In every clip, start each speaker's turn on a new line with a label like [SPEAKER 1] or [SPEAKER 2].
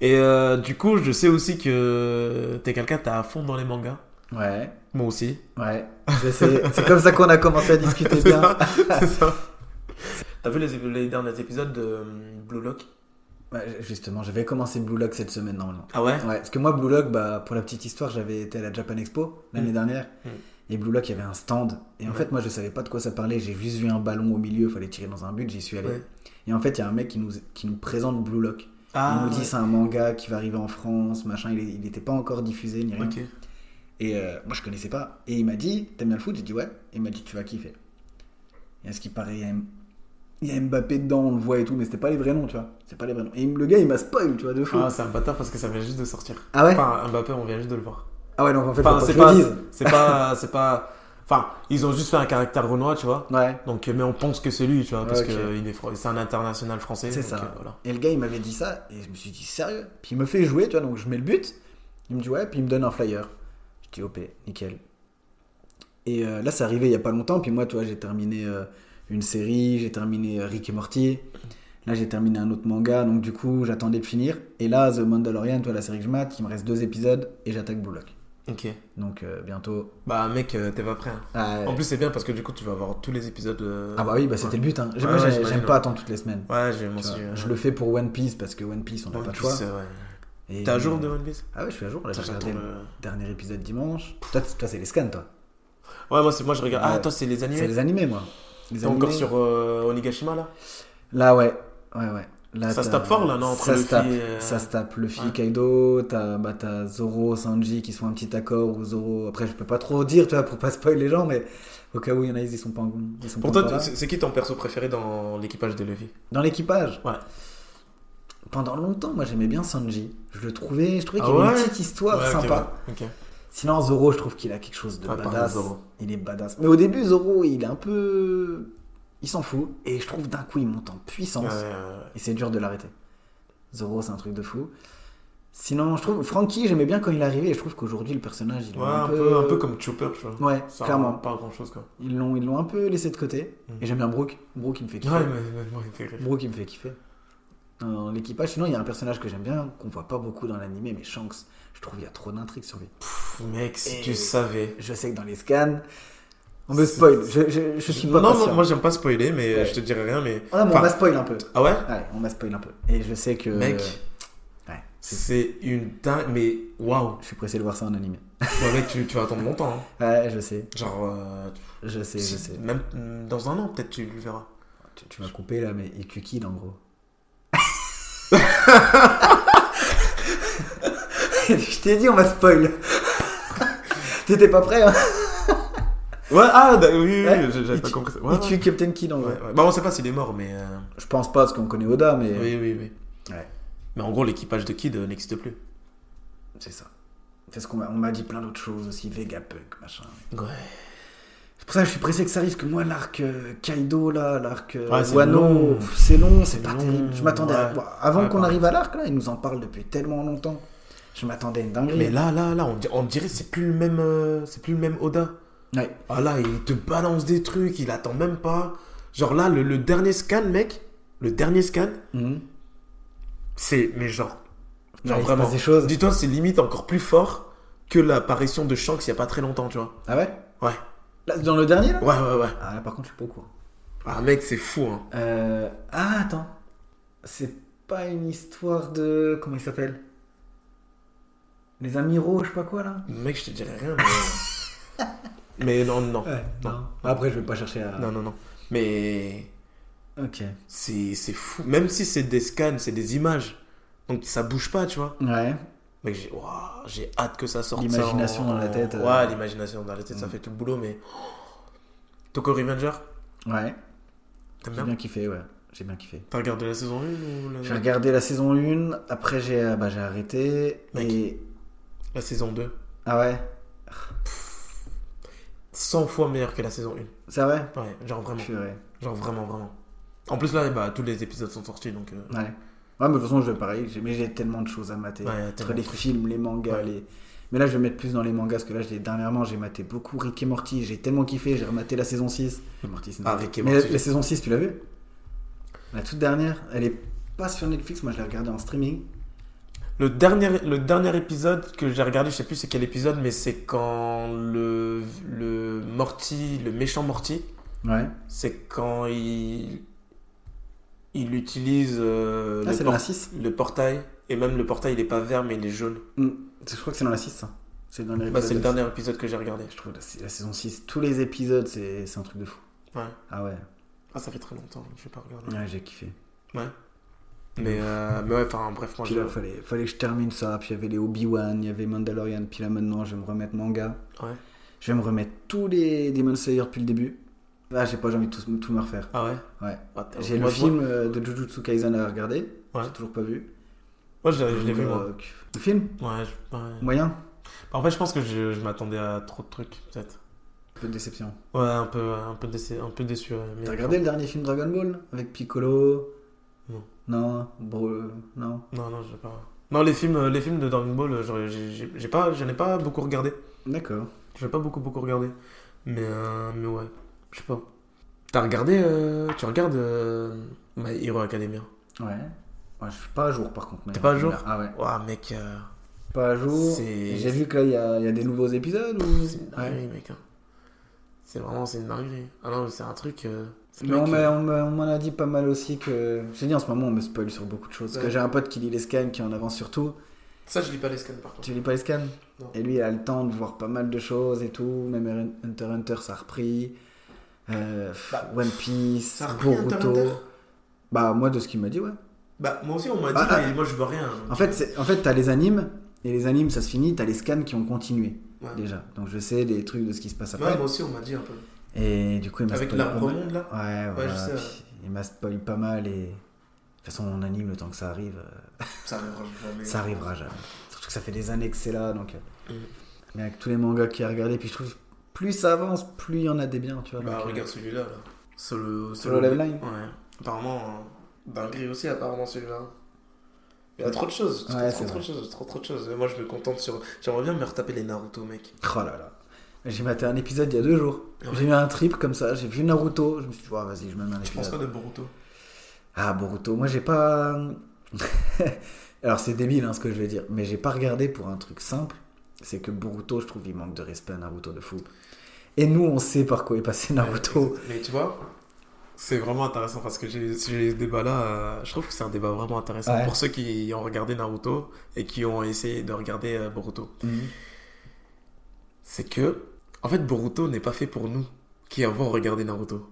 [SPEAKER 1] Et euh, du coup, je sais aussi que t'es quelqu'un, t'es à fond dans les mangas.
[SPEAKER 2] Ouais,
[SPEAKER 1] Moi aussi.
[SPEAKER 2] ouais. C'est- C'est c'est comme ça qu'on a commencé à discuter
[SPEAKER 1] C'est
[SPEAKER 2] bien.
[SPEAKER 1] ça. c'est ça. T'as vu les, les derniers épisodes de euh, Blue Lock
[SPEAKER 2] Ouais, justement, j'avais commencé Blue Lock cette semaine normalement.
[SPEAKER 1] Ah ouais
[SPEAKER 2] Ouais, parce que moi, Blue Lock, bah, pour la petite histoire, j'avais été à la Japan Expo l'année
[SPEAKER 1] Mm.
[SPEAKER 2] dernière.
[SPEAKER 1] Mm.
[SPEAKER 2] Et Blue Lock, il y avait un stand. Et en
[SPEAKER 1] Ouais.
[SPEAKER 2] fait, moi, je savais pas de quoi ça parlait. J'ai juste vu un ballon au milieu, fallait tirer dans un but, j'y suis allé.
[SPEAKER 1] Ouais.
[SPEAKER 2] Et en fait, il y a un mec qui nous, qui nous présente Blue Lock.
[SPEAKER 1] Ah,
[SPEAKER 2] il nous dit,
[SPEAKER 1] ouais.
[SPEAKER 2] c'est un manga qui va arriver en France, machin. Il est- il n'était pas encore diffusé ni rien.
[SPEAKER 1] Ok.
[SPEAKER 2] Et euh, moi, je connaissais pas. Et il m'a dit, t'aimes bien le foot J'ai dit, ouais. Et il m'a dit, tu vas kiffer. Et à ce qu'il paraît, il y, a M- il y a Mbappé dedans, on le voit et tout, mais c'était pas les vrais noms, tu vois. C'est pas les vrais noms. Et le gars, il m'a spoil, tu vois, de fou.
[SPEAKER 1] Ah, c'est un bâtard parce que ça vient juste de sortir.
[SPEAKER 2] Ah ouais
[SPEAKER 1] Enfin, Mbappé, on vient juste de le voir.
[SPEAKER 2] Ah ouais, donc en fait,
[SPEAKER 1] Enfin,
[SPEAKER 2] faut
[SPEAKER 1] c'est
[SPEAKER 2] que je le
[SPEAKER 1] pas.
[SPEAKER 2] dise.
[SPEAKER 1] C'est pas. C'est pas. Enfin, ils ont juste fait un caractère renois, tu vois.
[SPEAKER 2] Ouais.
[SPEAKER 1] Donc, euh, mais on pense que c'est lui, tu vois, parce
[SPEAKER 2] Ok.
[SPEAKER 1] que il est fro- c'est un international français.
[SPEAKER 2] C'est
[SPEAKER 1] donc,
[SPEAKER 2] ça.
[SPEAKER 1] euh, voilà.
[SPEAKER 2] Et le gars, il m'avait dit ça, et je me suis dit, sérieux Puis il me fait jouer, tu vois, donc je mets le but. Il me dit, ouais, puis il me donne un flyer. Je dis, OP, nickel. Et euh, là, c'est arrivé il y a pas longtemps, puis moi, tu vois, j'ai terminé euh, une série, j'ai terminé euh, Rick et Morty. Là, j'ai terminé un autre manga, donc du coup, j'attendais de finir. Et là, The Mandalorian, tu vois, la série que je mate, il me reste deux épisodes, et j'attaque Blue Lock.
[SPEAKER 1] Ok.
[SPEAKER 2] Donc euh, bientôt.
[SPEAKER 1] Bah, mec, euh, t'es pas prêt. hein.
[SPEAKER 2] Ah,
[SPEAKER 1] En plus, c'est bien parce que du coup, tu vas avoir tous les épisodes. euh,
[SPEAKER 2] ah bah oui, bah c'était le but. hein. Moi,
[SPEAKER 1] Ouais, ouais,
[SPEAKER 2] j'ai-
[SPEAKER 1] j'imagine,
[SPEAKER 2] j'aime
[SPEAKER 1] ouais.
[SPEAKER 2] pas attendre toutes les semaines.
[SPEAKER 1] Ouais, j'ai mon
[SPEAKER 2] tu vois.
[SPEAKER 1] sujet.
[SPEAKER 2] je le fais pour One Piece, parce que One Piece, on n'a
[SPEAKER 1] One
[SPEAKER 2] pas de
[SPEAKER 1] Piece,
[SPEAKER 2] choix.
[SPEAKER 1] euh, ouais.
[SPEAKER 2] Et-
[SPEAKER 1] T'es à jour de One Piece
[SPEAKER 2] Ah ouais, je suis à jour. Là, j'ai
[SPEAKER 1] J'attends
[SPEAKER 2] regardé le
[SPEAKER 1] le-
[SPEAKER 2] dernier épisode dimanche. Toi, t- toi c'est les scans, toi.
[SPEAKER 1] Ouais, moi, c'est moi je regarde. Ah,
[SPEAKER 2] Ouais.
[SPEAKER 1] toi, c'est les
[SPEAKER 2] C'est
[SPEAKER 1] animés.
[SPEAKER 2] les animés, moi. Les
[SPEAKER 1] T'es
[SPEAKER 2] animés.
[SPEAKER 1] encore sur euh, Onigashima là
[SPEAKER 2] Là, ouais. Ouais, ouais. Là,
[SPEAKER 1] Ça se
[SPEAKER 2] t'as-
[SPEAKER 1] tape fort, là, non, entre
[SPEAKER 2] ça,
[SPEAKER 1] Luffy
[SPEAKER 2] se tape,
[SPEAKER 1] et, euh,
[SPEAKER 2] ça se tape. Luffy,
[SPEAKER 1] ouais.
[SPEAKER 2] Kaido, t'as bah, t'as Zoro, Sanji qui se font un petit accord. Ou Zoro. Après, je peux pas trop dire, tu vois, pour pas spoiler les gens, mais au cas où il y en a, ils y sont pas, en- ils sont
[SPEAKER 1] Pour
[SPEAKER 2] pas
[SPEAKER 1] toi,
[SPEAKER 2] encore là.
[SPEAKER 1] c'est c'est qui ton perso préféré dans l'équipage de Luffy
[SPEAKER 2] Dans l'équipage
[SPEAKER 1] Ouais.
[SPEAKER 2] Pendant longtemps, moi, j'aimais bien Sanji. Je le trouvais, je trouvais qu'il
[SPEAKER 1] Ah
[SPEAKER 2] avait une
[SPEAKER 1] ouais
[SPEAKER 2] petite histoire
[SPEAKER 1] Ouais, ok,
[SPEAKER 2] sympa.
[SPEAKER 1] ouais, ok.
[SPEAKER 2] Sinon, Zoro, je trouve qu'il a quelque chose de
[SPEAKER 1] Ah, pardon,
[SPEAKER 2] badass.
[SPEAKER 1] Zoro.
[SPEAKER 2] Il est badass. Mais au début, Zoro, il est un peu. Il s'en fout. Et je trouve d'un coup, il monte en puissance.
[SPEAKER 1] Ouais, ouais, ouais.
[SPEAKER 2] Et c'est dur de l'arrêter. Zoro, c'est un truc de fou. Sinon, je trouve. Frankie, j'aimais bien quand il est arrivé. Et je trouve qu'aujourd'hui, le personnage, il est
[SPEAKER 1] Ouais, un, peu... un peu comme Chopper, tu vois.
[SPEAKER 2] Ouais,
[SPEAKER 1] Ça rend
[SPEAKER 2] clairement.
[SPEAKER 1] Pas grand chose quoi.
[SPEAKER 2] Ils l'ont, ils l'ont un peu laissé de côté.
[SPEAKER 1] Mm.
[SPEAKER 2] Et j'aime bien Brooke. Brooke, il me fait kiffer.
[SPEAKER 1] Ouais, mais, mais- moi, il me fait rire.
[SPEAKER 2] Brooke, il me fait kiffer. Dans l'équipage, sinon, il y a un personnage que j'aime bien, qu'on voit pas beaucoup dans l'animé, mais Shanks. Je trouve qu'il y a trop d'intrigues sur lui.
[SPEAKER 1] Pff, Mec, si
[SPEAKER 2] Et-
[SPEAKER 1] tu savais.
[SPEAKER 2] Je sais que dans les scans, on me
[SPEAKER 1] C'est-
[SPEAKER 2] spoil. Je, je, je suis pas
[SPEAKER 1] non,
[SPEAKER 2] patient.
[SPEAKER 1] moi, moi j'aime pas spoiler, mais
[SPEAKER 2] Ouais.
[SPEAKER 1] je te dirai rien. Mais...
[SPEAKER 2] Ah, mais on
[SPEAKER 1] Enfin,
[SPEAKER 2] m'a spoil un peu.
[SPEAKER 1] Ah ouais
[SPEAKER 2] Ouais, on m'a spoil un peu. Et je sais que.
[SPEAKER 1] Mec,
[SPEAKER 2] ouais.
[SPEAKER 1] c'est une dingue. Mais waouh
[SPEAKER 2] Je suis pressé de voir ça en animé.
[SPEAKER 1] Ouais, Mec, tu, tu vas attendre longtemps. hein.
[SPEAKER 2] Ouais, je sais,
[SPEAKER 1] Genre, euh,
[SPEAKER 2] je sais, je sais.
[SPEAKER 1] même mm, dans un an, peut-être tu le verras.
[SPEAKER 2] Tu, tu m'as coupé là, mais il cuquine en gros. je t'ai dit, on m'a spoil. T'étais pas prêt, hein
[SPEAKER 1] Ouais, ah, bah, oui, oui,
[SPEAKER 2] Ouais.
[SPEAKER 1] oui, j'ai- j'avais
[SPEAKER 2] Il
[SPEAKER 1] pas
[SPEAKER 2] tue-
[SPEAKER 1] compris ça.
[SPEAKER 2] Il
[SPEAKER 1] Ouais, ouais.
[SPEAKER 2] tue Captain Kidd en gros.
[SPEAKER 1] Ouais, ouais. Bah, on sait pas s'il est mort, mais. euh,
[SPEAKER 2] Je pense pas, parce qu'on connaît Oda, mais.
[SPEAKER 1] Oui, oui, oui.
[SPEAKER 2] Ouais.
[SPEAKER 1] Mais en gros, l'équipage de Kid euh, n'existe plus.
[SPEAKER 2] C'est ça. Parce qu'on m'a on m'a dit plein d'autres choses aussi, Vegapunk, machin.
[SPEAKER 1] Ouais.
[SPEAKER 2] C'est pour ça que je suis pressé que ça arrive, que moi, l'arc euh, Kaido, là, l'arc euh,
[SPEAKER 1] Ouais, c'est
[SPEAKER 2] Wano,
[SPEAKER 1] long.
[SPEAKER 2] pff, c'est long,
[SPEAKER 1] C'est
[SPEAKER 2] c'est pas
[SPEAKER 1] long,
[SPEAKER 2] terrible. Je m'attendais à...
[SPEAKER 1] ouais.
[SPEAKER 2] bon, Avant
[SPEAKER 1] Ouais,
[SPEAKER 2] qu'on
[SPEAKER 1] pareil.
[SPEAKER 2] arrive à l'arc, là, ils nous en parlent depuis tellement longtemps. Je m'attendais à une dinguerie.
[SPEAKER 1] Mais là, là, là, on, di- on dirait que c'est plus le même, euh, c'est plus le même Oda.
[SPEAKER 2] Ouais.
[SPEAKER 1] Ah là, il te balance des trucs, il attend même pas. Genre là, le, le dernier scan, mec, le dernier scan,
[SPEAKER 2] Mhm.
[SPEAKER 1] c'est, mais genre,
[SPEAKER 2] Ouais, il
[SPEAKER 1] genre
[SPEAKER 2] se
[SPEAKER 1] vraiment.
[SPEAKER 2] passe des choses.
[SPEAKER 1] Dis-toi, c'est limite encore plus fort que l'apparition de Shanks il y a pas très longtemps, tu vois.
[SPEAKER 2] Ah ouais
[SPEAKER 1] Ouais,
[SPEAKER 2] Là, Dans le dernier, là
[SPEAKER 1] ouais, ouais, ouais.
[SPEAKER 2] Ah, là, par contre, je suis pas au courant.
[SPEAKER 1] Ah mec, c'est fou, hein.
[SPEAKER 2] Euh, Ah, attends. C'est pas une histoire de... Comment il s'appelle Les amiraux, je sais pas quoi, là
[SPEAKER 1] Mec, je te dirais rien, mais. mais non, non. non.
[SPEAKER 2] Après, je vais pas chercher à...
[SPEAKER 1] Non, non, non. Mais.
[SPEAKER 2] Ok.
[SPEAKER 1] C'est c'est fou. Même si c'est des scans, c'est des images. Donc ça bouge pas, tu vois.
[SPEAKER 2] Ouais.
[SPEAKER 1] Mec, j'ai waouh, j'ai hâte que ça sorte. ça
[SPEAKER 2] L'imagination
[SPEAKER 1] en-
[SPEAKER 2] dans la tête, euh. Mm.
[SPEAKER 1] Ouais, l'imagination dans la tête, ça fait tout le boulot, mais. Toko Revenger,
[SPEAKER 2] Ouais.
[SPEAKER 1] t'aimes
[SPEAKER 2] J'ai
[SPEAKER 1] bien
[SPEAKER 2] bien kiffé, ouais. J'ai bien kiffé.
[SPEAKER 1] T'as regardé la saison 1 ou la,
[SPEAKER 2] J'ai regardé la saison 1, après j'ai euh, bah, j'ai arrêté.
[SPEAKER 1] Mec.
[SPEAKER 2] Et...
[SPEAKER 1] la saison 2
[SPEAKER 2] Ah ouais
[SPEAKER 1] 100 fois meilleure que la saison 1.
[SPEAKER 2] C'est vrai
[SPEAKER 1] Ouais, genre vraiment.
[SPEAKER 2] Purée.
[SPEAKER 1] Genre vraiment, vraiment. En plus, là, bah, tous les épisodes sont sortis, donc. euh,
[SPEAKER 2] Ouais. Ouais, mais de toute façon, je vais pareil. j'ai- Mais j'ai tellement de choses à mater.
[SPEAKER 1] Ouais,
[SPEAKER 2] Entre
[SPEAKER 1] tellement
[SPEAKER 2] les
[SPEAKER 1] de trucs.
[SPEAKER 2] films, les mangas,
[SPEAKER 1] Ouais.
[SPEAKER 2] les. Mais là, je vais mettre plus dans les mangas parce que là, j'ai- dernièrement, j'ai maté beaucoup Rick et Morty. J'ai tellement kiffé, j'ai rematé la saison 6. Morty, c'est
[SPEAKER 1] Ah, Rick et
[SPEAKER 2] Mais
[SPEAKER 1] Morty.
[SPEAKER 2] la, la saison 6, tu l'as vu La toute dernière, elle est pas sur Netflix. Moi, je l'ai regardée en streaming.
[SPEAKER 1] Le dernier, le dernier épisode que j'ai regardé, je sais plus c'est quel épisode, mais c'est quand le, le Morty, le méchant Morty,
[SPEAKER 2] Ouais.
[SPEAKER 1] c'est quand il, il utilise euh,
[SPEAKER 2] Ah,
[SPEAKER 1] le,
[SPEAKER 2] c'est
[SPEAKER 1] por-
[SPEAKER 2] dans la 6
[SPEAKER 1] le portail. Et même le portail, il est pas vert, mais il est jaune.
[SPEAKER 2] Je crois que c'est dans la 6, ça. C'est le dernier
[SPEAKER 1] Bah,
[SPEAKER 2] épisode.
[SPEAKER 1] c'est le
[SPEAKER 2] de la
[SPEAKER 1] dernier épisode que j'ai regardé.
[SPEAKER 2] six. Je trouve la, la saison 6, tous les épisodes, c'est c'est un truc de fou.
[SPEAKER 1] Ouais.
[SPEAKER 2] Ah ouais,
[SPEAKER 1] Ah, ça fait très longtemps, je vais pas regarder.
[SPEAKER 2] ouais j'ai kiffé.
[SPEAKER 1] Mais, euh, mais ouais, enfin, bref, moi,
[SPEAKER 2] Puis
[SPEAKER 1] je...
[SPEAKER 2] là, fallait, fallait que je termine ça. Puis il y avait les Obi-Wan, il y avait Mandalorian. Puis là, maintenant, je vais me remettre manga.
[SPEAKER 1] Ouais.
[SPEAKER 2] Je vais me remettre tous les Demon Slayer depuis le début. Là, j'ai pas j'ai envie de tout, tout me refaire.
[SPEAKER 1] Ah ouais
[SPEAKER 2] Ouais.
[SPEAKER 1] Ah, t'as-
[SPEAKER 2] J'ai
[SPEAKER 1] moi,
[SPEAKER 2] le
[SPEAKER 1] je-
[SPEAKER 2] film euh, de Jujutsu Kaisen à regarder.
[SPEAKER 1] Ouais.
[SPEAKER 2] J'ai toujours pas vu.
[SPEAKER 1] Moi, je, je l'ai vu,
[SPEAKER 2] Donc,
[SPEAKER 1] moi.
[SPEAKER 2] euh, Le film
[SPEAKER 1] Ouais, je- ouais.
[SPEAKER 2] Moyen
[SPEAKER 1] En fait, je pense que je, je m'attendais à trop de trucs, peut-être.
[SPEAKER 2] Un peu de déception.
[SPEAKER 1] Ouais, un peu, un peu déçu. Un peu déçu ouais, mais-
[SPEAKER 2] T'as regardé le dernier film Dragon Ball Avec Piccolo
[SPEAKER 1] Non.
[SPEAKER 2] Non Bro... Non
[SPEAKER 1] Non, non, j'ai pas. Non, les films, les films de Dragon Ball, euh, j'aurais- j'ai j'ai- j'ai pas, j'en ai pas beaucoup regardé.
[SPEAKER 2] D'accord.
[SPEAKER 1] J'ai pas beaucoup, beaucoup regardé. Mais, euh, mais ouais, je sais pas. T'as regardé, euh, tu regardes euh, My Hero Academia.
[SPEAKER 2] Ouais. Ouais, je suis pas à jour par contre. mais-
[SPEAKER 1] T'es pas à jour
[SPEAKER 2] Ah ouais.
[SPEAKER 1] Ouah, mec, euh,
[SPEAKER 2] Pas à jour.
[SPEAKER 1] C'est-
[SPEAKER 2] J'ai vu que là, il y a, il y a des nouveaux épisodes ou...
[SPEAKER 1] c'est une
[SPEAKER 2] Ouais.
[SPEAKER 1] dinguerie, mec. hein. C'est vraiment, c'est une dinguerie. Ah non, c'est un truc. euh, c'est
[SPEAKER 2] Mais
[SPEAKER 1] mec, euh,
[SPEAKER 2] on m'a- on m'a- on m'en a dit pas mal aussi que. J'ai dit en ce moment, on me spoil sur beaucoup de choses. Parce que
[SPEAKER 1] Ouais.
[SPEAKER 2] j'ai un pote qui lit les scans, qui en avance sur tout.
[SPEAKER 1] Ça, je lis pas les scans par contre.
[SPEAKER 2] Tu lis pas les scans
[SPEAKER 1] Non.
[SPEAKER 2] Et lui, il a le temps de voir pas mal de choses et tout. Même Hunter x Hunter, ça a repris. Euh,
[SPEAKER 1] Bah,
[SPEAKER 2] One Piece,
[SPEAKER 1] ça a repris Hunter x
[SPEAKER 2] Boruto.
[SPEAKER 1] Hunter
[SPEAKER 2] Bah, moi, de ce qu'il m'a dit, ouais.
[SPEAKER 1] Bah, moi aussi, on m'a dit,
[SPEAKER 2] Ah, ah.
[SPEAKER 1] mais moi, je veux rien.
[SPEAKER 2] En fait, c'est- en fait, t'as les animes, et les animes, ça se finit, t'as les scans qui ont continué,
[SPEAKER 1] Ouais.
[SPEAKER 2] déjà. Donc, je sais des trucs de ce qui se passe
[SPEAKER 1] Ouais,
[SPEAKER 2] après.
[SPEAKER 1] moi aussi, on m'a dit un peu.
[SPEAKER 2] Et du coup, il m'a
[SPEAKER 1] Avec
[SPEAKER 2] spoilé pas
[SPEAKER 1] l'arbre
[SPEAKER 2] mal.
[SPEAKER 1] monde, là
[SPEAKER 2] Ouais, voilà,
[SPEAKER 1] je sais,
[SPEAKER 2] puis
[SPEAKER 1] ouais.
[SPEAKER 2] il m'a spoil pas mal et. De toute façon, on anime le temps que ça arrive. euh,
[SPEAKER 1] Ça arrivera jamais.
[SPEAKER 2] Ça arrivera jamais. Surtout que ça fait des années que c'est là, donc. euh,
[SPEAKER 1] Mm.
[SPEAKER 2] Mais avec tous les mangas qu'il y a regardé, puis je trouve plus ça avance, plus il y en a des biens, tu vois.
[SPEAKER 1] Bah,
[SPEAKER 2] donc, euh,
[SPEAKER 1] regarde celui-là, là. Solo,
[SPEAKER 2] Solo Leveling.
[SPEAKER 1] Ouais. Apparemment, euh, dinguerie aussi, apparemment, celui-là. Il y a trop de choses, trop,
[SPEAKER 2] Ouais,
[SPEAKER 1] trop,
[SPEAKER 2] c'est
[SPEAKER 1] trop de
[SPEAKER 2] vrai.
[SPEAKER 1] choses, trop, trop de choses. Et moi, je me contente sur. J'aimerais bien me retaper les Naruto, mec.
[SPEAKER 2] Oh là là. J'ai maté un épisode il y a deux jours.
[SPEAKER 1] Ouais.
[SPEAKER 2] J'ai eu un trip comme ça, j'ai vu Naruto, je me suis dit, oh, vas-y, je me mets un
[SPEAKER 1] Je pense
[SPEAKER 2] épisode.
[SPEAKER 1] quoi de Boruto
[SPEAKER 2] Ah, Boruto, moi j'ai pas. euh, Alors c'est débile hein, ce que je vais dire, mais j'ai pas regardé pour un truc simple. C'est que Boruto, je trouve, il manque de respect à Naruto de fou. Et nous, on sait par quoi est passé Naruto.
[SPEAKER 1] Mais tu vois, c'est vraiment intéressant parce que j'ai j'ai ce débat-là. euh, je trouve que c'est un débat vraiment intéressant
[SPEAKER 2] Ouais.
[SPEAKER 1] pour ceux qui ont regardé Naruto et qui ont essayé de regarder euh, Boruto.
[SPEAKER 2] Mhm.
[SPEAKER 1] c'est que, en fait, Boruto n'est pas fait pour nous qui avons regardé Naruto.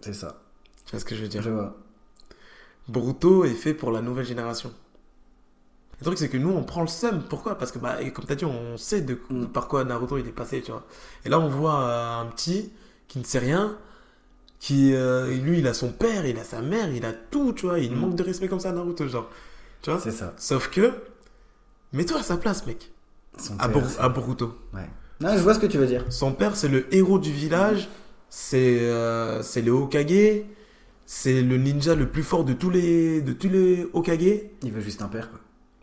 [SPEAKER 2] C'est ça,
[SPEAKER 1] Tu vois ce que je veux dire
[SPEAKER 2] je vois.
[SPEAKER 1] Boruto est fait pour la nouvelle génération. Le truc, c'est que nous, on prend le seum. Pourquoi Parce que, bah, et comme t'as dit, on sait de,
[SPEAKER 2] Mm.
[SPEAKER 1] par quoi Naruto il est passé, tu vois. Et là, on voit euh, un petit qui ne sait rien, qui, euh, lui, il a son père, il a sa mère, il a tout, tu vois. Il
[SPEAKER 2] Mm.
[SPEAKER 1] manque de respect comme ça à Naruto, genre. Tu vois
[SPEAKER 2] C'est ça.
[SPEAKER 1] Sauf que, mets-toi à sa place, mec,
[SPEAKER 2] Son
[SPEAKER 1] à,
[SPEAKER 2] père,
[SPEAKER 1] Boru-
[SPEAKER 2] c'est-
[SPEAKER 1] à Ah, Boruto.
[SPEAKER 2] Ouais. Non, je vois ce que tu veux dire.
[SPEAKER 1] Son père, c'est le héros du village, c'est euh, c'est le Hokage, c'est le ninja le plus fort de tous les, de tous les Hokage,
[SPEAKER 2] Il veut juste un père, quoi.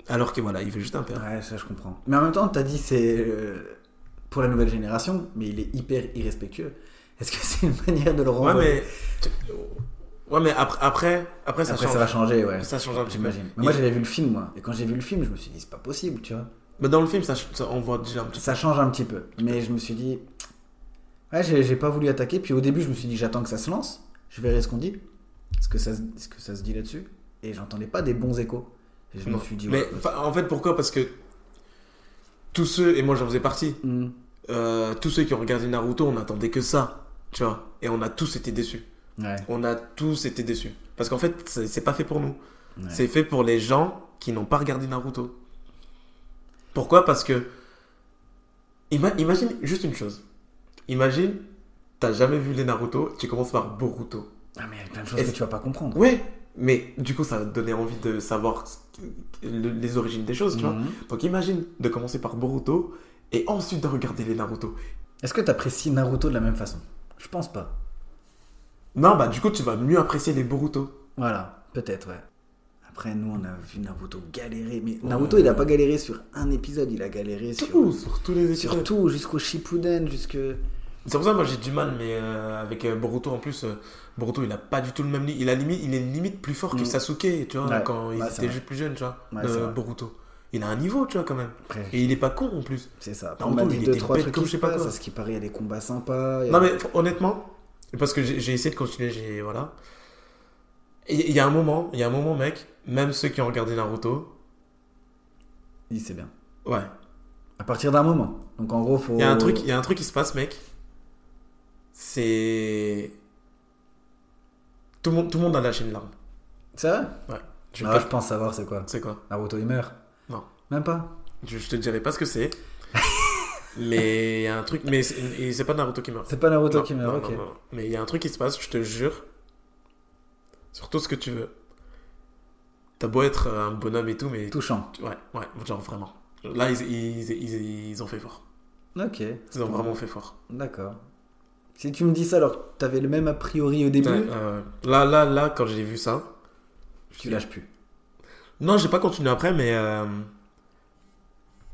[SPEAKER 1] alors que voilà, il veut juste un père.
[SPEAKER 2] Ouais, ça je comprends. Mais en même temps, t'as dit c'est euh, pour la nouvelle génération, mais il est hyper irrespectueux. Est-ce que c'est une manière de le
[SPEAKER 1] Ouais,
[SPEAKER 2] rendre
[SPEAKER 1] mais, ouais, mais après, après, après, ça
[SPEAKER 2] Après,
[SPEAKER 1] change.
[SPEAKER 2] ça va changer, ouais.
[SPEAKER 1] Ça change un petit peu.
[SPEAKER 2] J'imagine. Mais moi, j'avais vu le film, moi. Et quand j'ai vu le film, je me suis dit, c'est pas possible, tu vois.
[SPEAKER 1] Mais dans le film, ça, ça- on voit déjà un petit
[SPEAKER 2] Ça change un petit peu. Mais je me suis dit, ouais, j'ai j'ai pas voulu attaquer. Puis au début, je me suis dit, j'attends que ça se lance. Je verrai ce qu'on dit, ce que ça, se- ce que ça se dit là-dessus. Et j'entendais pas des bons échos. Et je
[SPEAKER 1] Non.
[SPEAKER 2] me suis dit,
[SPEAKER 1] Mais
[SPEAKER 2] ouais,
[SPEAKER 1] enfin, en fait, pourquoi Parce que tous ceux, et moi j'en faisais partie,
[SPEAKER 2] hmm,
[SPEAKER 1] euh, tous ceux qui ont regardé Naruto, on attendait que ça, tu vois. Et on a tous été déçus.
[SPEAKER 2] ouais,
[SPEAKER 1] On a tous été déçus. Parce qu'en fait, c'est c'est pas fait pour nous.
[SPEAKER 2] ouais.
[SPEAKER 1] C'est fait pour les gens qui n'ont pas regardé Naruto. Pourquoi Parce que. ima- imagine juste une chose. Imagine, t'as jamais vu les Naruto, tu commences par Boruto.
[SPEAKER 2] Ah, mais il y a plein de choses
[SPEAKER 1] Et-
[SPEAKER 2] que tu vas pas comprendre.
[SPEAKER 1] Ouais, mais du coup, ça va te donner envie de savoir ce que- le- les origines des choses, tu vois.
[SPEAKER 2] Mhm.
[SPEAKER 1] Donc imagine de commencer par Boruto et ensuite de regarder les Naruto.
[SPEAKER 2] Est-ce que t'apprécies Naruto de la même façon Je pense pas.
[SPEAKER 1] Non, bah du coup, tu vas mieux apprécier les Boruto.
[SPEAKER 2] Voilà, peut-être, ouais. Après, nous, on a vu Naruto galérer. Mais Naruto, il a pas galéré sur un épisode, il a galéré sur,
[SPEAKER 1] Surtout, sur tous les
[SPEAKER 2] sur
[SPEAKER 1] épisodes.
[SPEAKER 2] tout, jusqu'au Shippuden, jusque.
[SPEAKER 1] C'est pour ça que moi j'ai du mal, mais euh, avec euh, Boruto en plus, euh, Boruto il a pas du tout le même lit. Il, a limite, il est limite plus fort que
[SPEAKER 2] Mm.
[SPEAKER 1] Sasuke, tu vois,
[SPEAKER 2] Ouais,
[SPEAKER 1] quand ils
[SPEAKER 2] ouais, c'est
[SPEAKER 1] étaient
[SPEAKER 2] vrai.
[SPEAKER 1] juste plus jeunes, tu vois,
[SPEAKER 2] Ouais,
[SPEAKER 1] de
[SPEAKER 2] c'est vrai.
[SPEAKER 1] Boruto. il a un niveau, tu vois, quand même.
[SPEAKER 2] Après,
[SPEAKER 1] Et il est pas con en plus.
[SPEAKER 2] c'est ça. Après,
[SPEAKER 1] Naruto,
[SPEAKER 2] on m'a
[SPEAKER 1] il
[SPEAKER 2] dit
[SPEAKER 1] était
[SPEAKER 2] 2 trois
[SPEAKER 1] bête
[SPEAKER 2] trucs
[SPEAKER 1] comme
[SPEAKER 2] qui
[SPEAKER 1] je sais
[SPEAKER 2] se
[SPEAKER 1] pas
[SPEAKER 2] passent.
[SPEAKER 1] quoi.
[SPEAKER 2] À ce qui paraît, il y a des combats sympas. il y a-
[SPEAKER 1] Non, mais fr- honnêtement, parce que j'ai j'ai essayé de continuer, j'ai. Voilà. Et Il y a un moment, il y a un moment, mec, même ceux qui ont regardé Naruto,
[SPEAKER 2] Oui, c'est bien.
[SPEAKER 1] ouais.
[SPEAKER 2] À partir d'un moment. Donc en gros, faut.
[SPEAKER 1] Il y a un truc, il y a un truc qui se passe, mec. C'est. Tout le monde, tout le monde a lâché une larme.
[SPEAKER 2] C'est vrai
[SPEAKER 1] Ouais. Je,
[SPEAKER 2] Ah,
[SPEAKER 1] vais pas-
[SPEAKER 2] je pense savoir c'est quoi.
[SPEAKER 1] C'est quoi
[SPEAKER 2] Naruto, il meurt.
[SPEAKER 1] Non.
[SPEAKER 2] Même pas.
[SPEAKER 1] je, je te dirai pas ce que c'est. mais il y a un truc. Mais c'est- et c'est pas Naruto qui meurt.
[SPEAKER 2] C'est pas Naruto
[SPEAKER 1] Non,
[SPEAKER 2] qui meurt,
[SPEAKER 1] non,
[SPEAKER 2] ok.
[SPEAKER 1] non, non. Mais il y a un truc qui se passe, je te jure. Sur tout ce que tu veux. T'as beau être un bonhomme et tout, mais.
[SPEAKER 2] Touchant.
[SPEAKER 1] tu- Ouais, ouais, genre vraiment. Là, ils, ils, ils- ils ont fait fort.
[SPEAKER 2] Ok.
[SPEAKER 1] Ils ont vraiment fait fort.
[SPEAKER 2] D'accord. Si tu me dis ça alors que t'avais le même a priori au début,
[SPEAKER 1] Putain, euh, là, là, là, quand j'ai vu ça.
[SPEAKER 2] tu lâches plus.
[SPEAKER 1] Non, j'ai pas continué après, mais. euh,